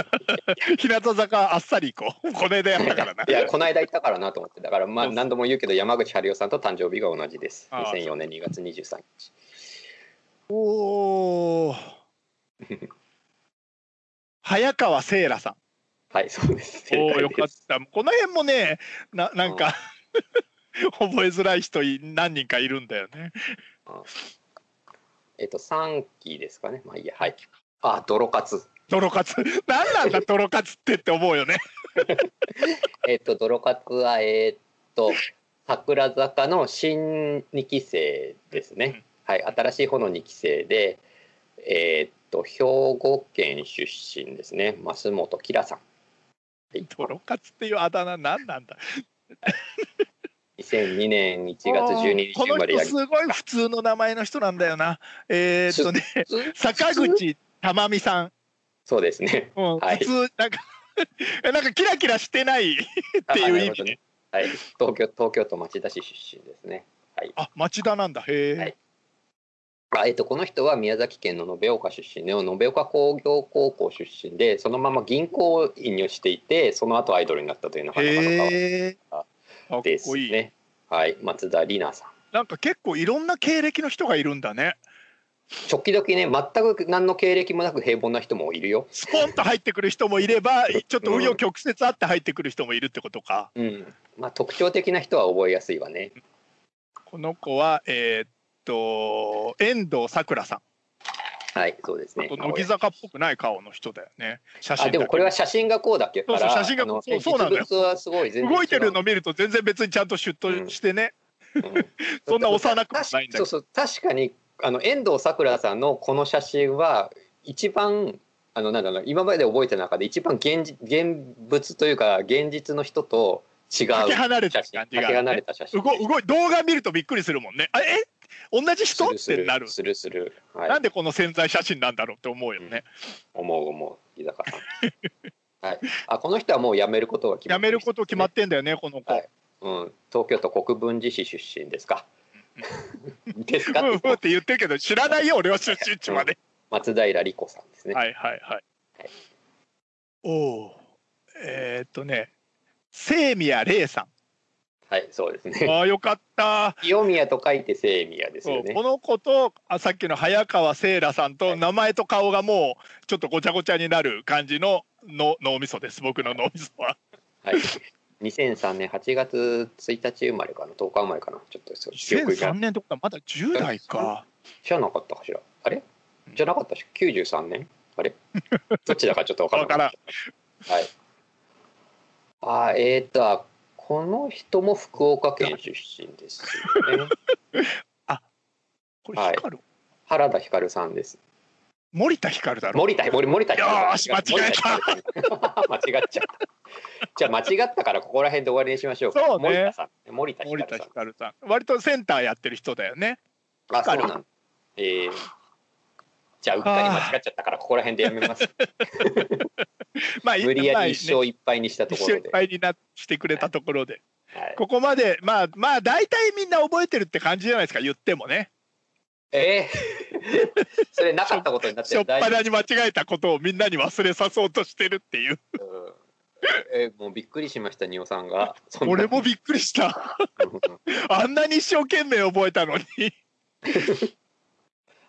Speaker 2: 日向坂あっさり行こう これでやったからない
Speaker 1: や、この間行ったからなと思って、だから、まあ、
Speaker 2: そうそう
Speaker 1: 何度も言うけど、山口春代さんと誕生日が同じです。
Speaker 2: ああ
Speaker 1: 2004年2月23日。
Speaker 2: おお早川せいらさ
Speaker 1: はい、そうです。
Speaker 2: んおおよかっ
Speaker 1: 正
Speaker 2: たこの辺もねななんか 覚えづらい人い何人かいるんだよね
Speaker 1: 解です。えっと、3期ですかね。まあ、いいや、はい。あ、泥活。
Speaker 2: トロカツ何なんだトロカツってって思うよね
Speaker 1: えっと、泥活は、えっと、桜坂の新2期生ですね。はい、新しい方の2期生で、えっと、兵庫県出身ですね。増本キラさん。
Speaker 2: トロカツっていうあだ名何なんだ
Speaker 1: 2002年1月12日
Speaker 2: こ
Speaker 1: 生
Speaker 2: の
Speaker 1: まれや
Speaker 2: 人
Speaker 1: り
Speaker 2: すごい普通の名前の人なんだよなえー、っとね坂口珠美さん、
Speaker 1: そうですね。
Speaker 2: うん
Speaker 1: はい
Speaker 2: 普通なんか なんかキラキラしてない っていう
Speaker 1: あなる
Speaker 2: 意味ね
Speaker 1: ほどねはい、東京東京都町田市出身ですね。はい
Speaker 2: あ町田なんだへえ、
Speaker 1: はいあえっと、この人は宮崎県の延岡出身の延岡工業高校出身でそのまま銀行員をしていてその後アイドルになったというのがなかなか変わっ
Speaker 2: へえか
Speaker 1: た
Speaker 2: っ
Speaker 1: です
Speaker 2: こいい、
Speaker 1: ね。はい、松田里奈さん
Speaker 2: なんか結構いろんな経歴の人がいるんだね
Speaker 1: 直々ね全く何の経歴もなく平凡な人もいるよ。
Speaker 2: スポンと入ってくる人もいればちょっと紆余曲折あって入ってくる人もいるってことか
Speaker 1: うんまあ、特徴的な人は覚えやすいわね。
Speaker 2: この子はえーっと遠藤さくらさん
Speaker 1: はい、そうですね。
Speaker 2: 乃木坂っぽくない顔の人だよね写真
Speaker 1: あ
Speaker 2: だけ
Speaker 1: でもこれは写真がこうだっけから
Speaker 2: そうそう写真がこう
Speaker 1: あの
Speaker 2: そうなんだよ
Speaker 1: 実物はすごい全然違う
Speaker 2: 動いてるの見ると全然別にちゃんとシュッとしてね、
Speaker 1: うん
Speaker 2: そんな幼くもないんだけど
Speaker 1: そうそう確かにあの遠藤さくらさんのこの写真は一番あのなんだろう今まで覚えた中で一番現実現物というか現実の人と違う
Speaker 2: かけ離れた
Speaker 1: 写真
Speaker 2: 感
Speaker 1: か
Speaker 2: じがあ
Speaker 1: け
Speaker 2: る
Speaker 1: 離
Speaker 2: ね
Speaker 1: れた写真
Speaker 2: 動動い動画見るとびっくりするもんねあえ同じ人っ
Speaker 1: する
Speaker 2: てなる
Speaker 1: するするする、は
Speaker 2: ないん、でこの潜在写真なんだろうって思うよね、
Speaker 1: 思う思う日坂さ んはいあこの人はもう辞めることが決ま
Speaker 2: や
Speaker 1: って
Speaker 2: めること決まってんだよねこの子、
Speaker 1: はいうん、東京都国分寺市出身ですか です
Speaker 2: う
Speaker 1: か
Speaker 2: んうんって言ってるけど知らないよ俺は出身地まで、
Speaker 1: 松平理子さんですね、
Speaker 2: はいはいはい、
Speaker 1: はい
Speaker 2: おおえーっとね清宮玲さ
Speaker 1: はいそうですね
Speaker 2: んああよかった
Speaker 1: 清宮と書いて清宮です
Speaker 2: そ
Speaker 1: よ
Speaker 2: う
Speaker 1: ね
Speaker 2: こ。の子とあさっきの早川聖羅さん
Speaker 1: は
Speaker 2: と
Speaker 1: い
Speaker 2: 名前と顔がもうちょっとごちゃごちゃになる感じのの脳みそです僕の脳みそは
Speaker 1: はい。2003年8月1日生まれかな、10日生まれかな、ちょっとそう記憶
Speaker 2: 2003
Speaker 1: が
Speaker 2: 年ってことはまだ10代か
Speaker 1: 知らなかったかしら。あれじゃなかったし、93年あ れどっちだかちょっとわから
Speaker 2: わ
Speaker 1: なか
Speaker 2: か
Speaker 1: った
Speaker 2: らん
Speaker 1: はい。あー、えー、っと、あこの人も福岡県出身ですよ ね。
Speaker 2: これ光る、
Speaker 1: 原田光さんです。
Speaker 2: 森田光だろ
Speaker 1: 森田、森森田光さん。
Speaker 2: よーし間違えた
Speaker 1: 森田光さん。 間違っちゃった。じゃあ間違ったからここら辺で終わりにしましょうか。
Speaker 2: そうね
Speaker 1: 森田さん。森田
Speaker 2: 森
Speaker 1: 光
Speaker 2: 田
Speaker 1: さん。
Speaker 2: 光さん割とセンターやってる人だよね
Speaker 1: あ、そう
Speaker 2: 光
Speaker 1: なんだ。ええじゃあ、うっかり間違っちゃったから、ここら辺でやめ ます。
Speaker 2: まあい
Speaker 1: 無理や
Speaker 2: まあ
Speaker 1: り
Speaker 2: ね
Speaker 1: 一生いっぱいにしたと
Speaker 2: 一
Speaker 1: こ
Speaker 2: 緒い
Speaker 1: ろ
Speaker 2: っ
Speaker 1: で。
Speaker 2: ぱいになしてくれたところで、
Speaker 1: はい
Speaker 2: ここまでまあまあ大体みんな覚えてるって感じじゃないですか言ってもね
Speaker 1: ええ それなかったことになって
Speaker 2: しょっ
Speaker 1: る。
Speaker 2: ぱ
Speaker 1: 大
Speaker 2: な
Speaker 1: 丈
Speaker 2: に間違えたことをみんなに忘れさそうとしてるっていう
Speaker 1: 夫。うんえーもうびっくりしました、仁オさんが。そんな
Speaker 2: 俺もびっくりした
Speaker 1: うん
Speaker 2: あんなに一生懸命覚えたのに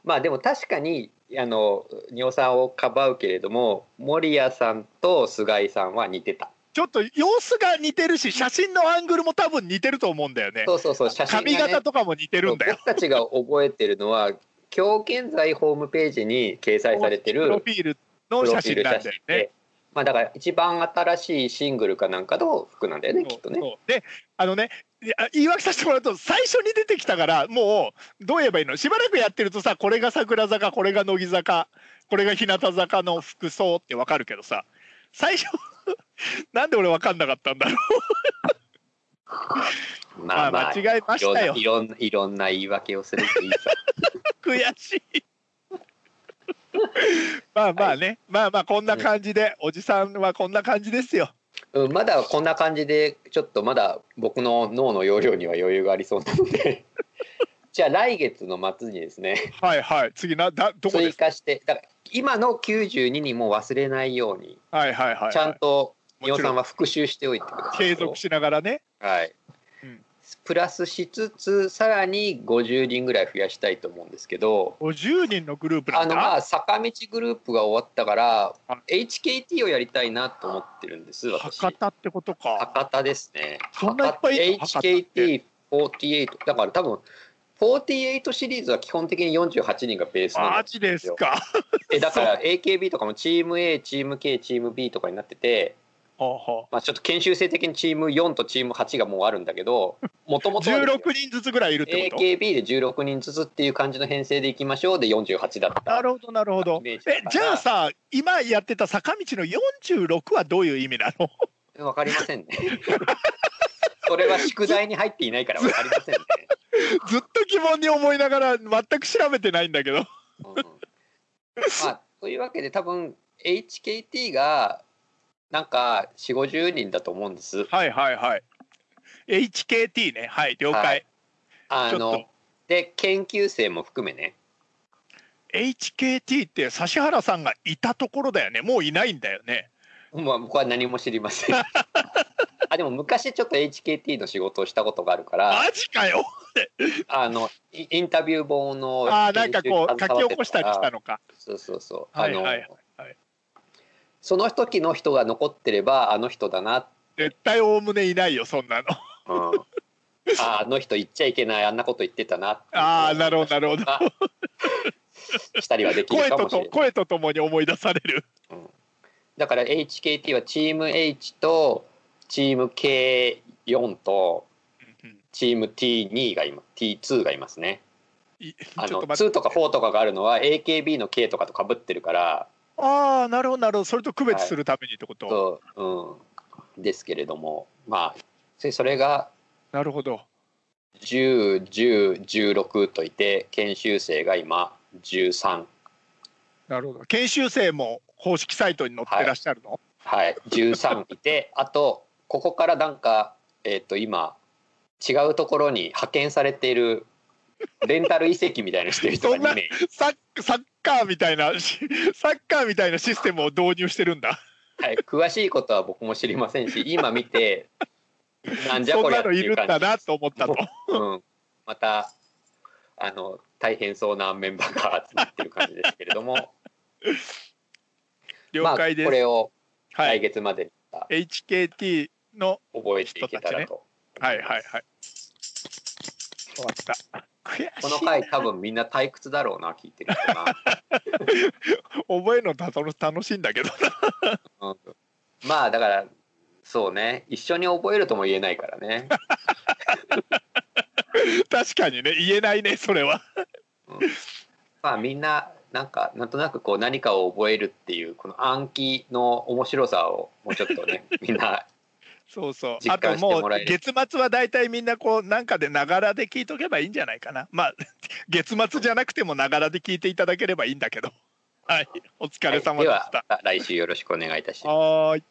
Speaker 1: まあ、でも、確かに、あの、仁オさんをかばうけれども、守谷さんと菅井さんは似てた。
Speaker 2: ちょっと様子が似てるし写真のアングルも多分似てると思うんだよね
Speaker 1: そうそうそう、写真がね
Speaker 2: 髪型とかも似てるんだよ
Speaker 1: 僕たちが覚えてるのは、今日現在ホームページに掲載されて
Speaker 2: プ
Speaker 1: る
Speaker 2: ロ。フィールの写真なんだよね
Speaker 1: でまあだから一番新しいシングルかなんかの服なんだよねき
Speaker 2: そう
Speaker 1: っとね。
Speaker 2: そうであのねいや言い訳させてもらうと最初に出てきたからもうどう言えばいいのしばらくやってるとさこれが桜坂これが乃木坂これが日向坂の服装ってわかるけどさ最初 なんで俺わかんなかったんだろう、
Speaker 1: まあまあ。い
Speaker 2: 間違えまし
Speaker 1: ろんな
Speaker 2: たよ
Speaker 1: いろんないろんな言い訳をするといいさ。
Speaker 2: 悔しいまあまあね、まあまあこんな感じで、おじさんはこんな感じですよ
Speaker 1: うんまだこんな感じでちょっとまだ僕の脳の容量には余裕がありそうなので じゃあ来月の末にですね
Speaker 2: はいはい次なだどこで
Speaker 1: 追
Speaker 2: す
Speaker 1: 加してだから今の92にも忘れないように
Speaker 2: はいはいはい、
Speaker 1: ちゃんと
Speaker 2: もちろ
Speaker 1: 仁
Speaker 2: ん
Speaker 1: オさんは復習しておいてください
Speaker 2: 継
Speaker 1: よ。
Speaker 2: 続しながらね
Speaker 1: はい
Speaker 2: うん。
Speaker 1: プラスしつつさらに50人ぐらい増やしたいと思うんですけど
Speaker 2: 50人のグループな
Speaker 1: あ
Speaker 2: ん
Speaker 1: の
Speaker 2: だ
Speaker 1: まあ坂道グループが終わったから
Speaker 2: は
Speaker 1: HKT をやりたいなと思ってるんです私
Speaker 2: 博多ってことか。
Speaker 1: 博多ですね
Speaker 2: そんないっぱいいるの博多って
Speaker 1: HKT48 だから多分48シリーズは基本的に48人がベースな
Speaker 2: マ
Speaker 1: の
Speaker 2: ジですか。
Speaker 1: えだから AKB とかもチーム A チーム K チーム B とかになってて、
Speaker 2: 16
Speaker 1: まあ、ちょっと研修生的にチーム4とチーム8がもうあるんだけ どもともと
Speaker 2: 人ずつぐらいいるってこと。
Speaker 1: AKB で16人ずつっていう感じの編成でいきましょうで48だった
Speaker 2: なるほどなるほど
Speaker 1: イ。メ
Speaker 2: え
Speaker 1: ージだから
Speaker 2: じゃあさ今やってた坂道の46はどういう意味なの？
Speaker 1: わかりませんねそれは宿題に入っていないからわかりませんね、
Speaker 2: ずっと疑問に思いながら全く調べてないんだけど。
Speaker 1: うんまあ、というわけで多分 HKT がなんか4 5 0人だと思うんです
Speaker 2: はいはいはい。HKT ねはい了解。
Speaker 1: はいあ
Speaker 2: ちょっ
Speaker 1: の
Speaker 2: と
Speaker 1: で研究生も含めね
Speaker 2: HKT って指原さんがいたところだよねもういないんだよね
Speaker 1: まあ僕は何も知りま せんあでも昔ちょっと HKT の仕事をしたことがあるから
Speaker 2: マジかよ
Speaker 1: あのイインタビュー本の
Speaker 2: あーなんかこう書き起こしたりした
Speaker 1: の
Speaker 2: のか
Speaker 1: そうそうそう
Speaker 2: は
Speaker 1: あ
Speaker 2: い
Speaker 1: の、
Speaker 2: はいはい
Speaker 1: その時の人が残ってればあの人だな、
Speaker 2: 絶対おおむねいないよそんなの
Speaker 1: うんああの人言っちゃいけないあんなこと言ってたな
Speaker 2: ああなるほどなるほど
Speaker 1: あしたりはできる
Speaker 2: 声
Speaker 1: か
Speaker 2: と
Speaker 1: もしれ
Speaker 2: と
Speaker 1: ない
Speaker 2: 声とともに思い出される
Speaker 1: だから HKT はチーム H とチーム K4 とチーム T2 が今 T2 がいますね
Speaker 2: い
Speaker 1: あ
Speaker 2: ちょ
Speaker 1: の
Speaker 2: っと待って
Speaker 1: 2とか4とかがあるのは AKB の K とかとかぶってるから
Speaker 2: ああなるほどなるほどそれと区別するためにってこと、
Speaker 1: そう、うん、ですけれどもまあそそれが
Speaker 2: なるほど
Speaker 1: 101016といて研修生が今13
Speaker 2: なるほど研修生も公式サイトに載ってらっしゃるの、
Speaker 1: はい13いてあとここからなんかえっ、と今違うところに派遣されているレンタル移籍みたいなしてる人が
Speaker 2: そんな
Speaker 1: 2名
Speaker 2: サッサッカーみたいな しサッカーみたいなシステムを導入してるんだ
Speaker 1: はい、詳しいことは僕も知りませんし今見てなんじゃ
Speaker 2: そ
Speaker 1: こ
Speaker 2: ん
Speaker 1: りゃ
Speaker 2: な
Speaker 1: って
Speaker 2: のい
Speaker 1: い
Speaker 2: る
Speaker 1: うん感
Speaker 2: だ
Speaker 1: じ
Speaker 2: なと思っ たと
Speaker 1: うん、またあの大変そうなメンバーが集まってる感じですけれども
Speaker 2: 了解です、
Speaker 1: まあ、これを
Speaker 2: は
Speaker 1: 来
Speaker 2: い、
Speaker 1: 月まで
Speaker 2: HKT の
Speaker 1: 覚えていけたらと、
Speaker 2: はいはいはい終わった悔しい
Speaker 1: この回多分みんな退屈だろうな聞いてる人 な、
Speaker 2: 覚えるの楽楽しいんだけど な
Speaker 1: うん、まあだからそうね一緒に覚えるとも言えないから ね、
Speaker 2: 確かにね言えないねそれは
Speaker 1: うんまあみんななんかなんとなくこう何かを覚えるっていうこの暗記の面白さをもうちょっと ねみんな
Speaker 2: そうそう
Speaker 1: 実
Speaker 2: あと
Speaker 1: 感して
Speaker 2: も
Speaker 1: も
Speaker 2: う
Speaker 1: らえる
Speaker 2: 月末は大体みんなこうなんかでながらで聞いとけばいいんじゃないかなまあ 月末じゃなくてもながらで聞いていただければいいんだけどはいお疲れ様で
Speaker 1: は
Speaker 2: し
Speaker 1: いで
Speaker 2: た
Speaker 1: は来週よろしくお願いいたします
Speaker 2: はーい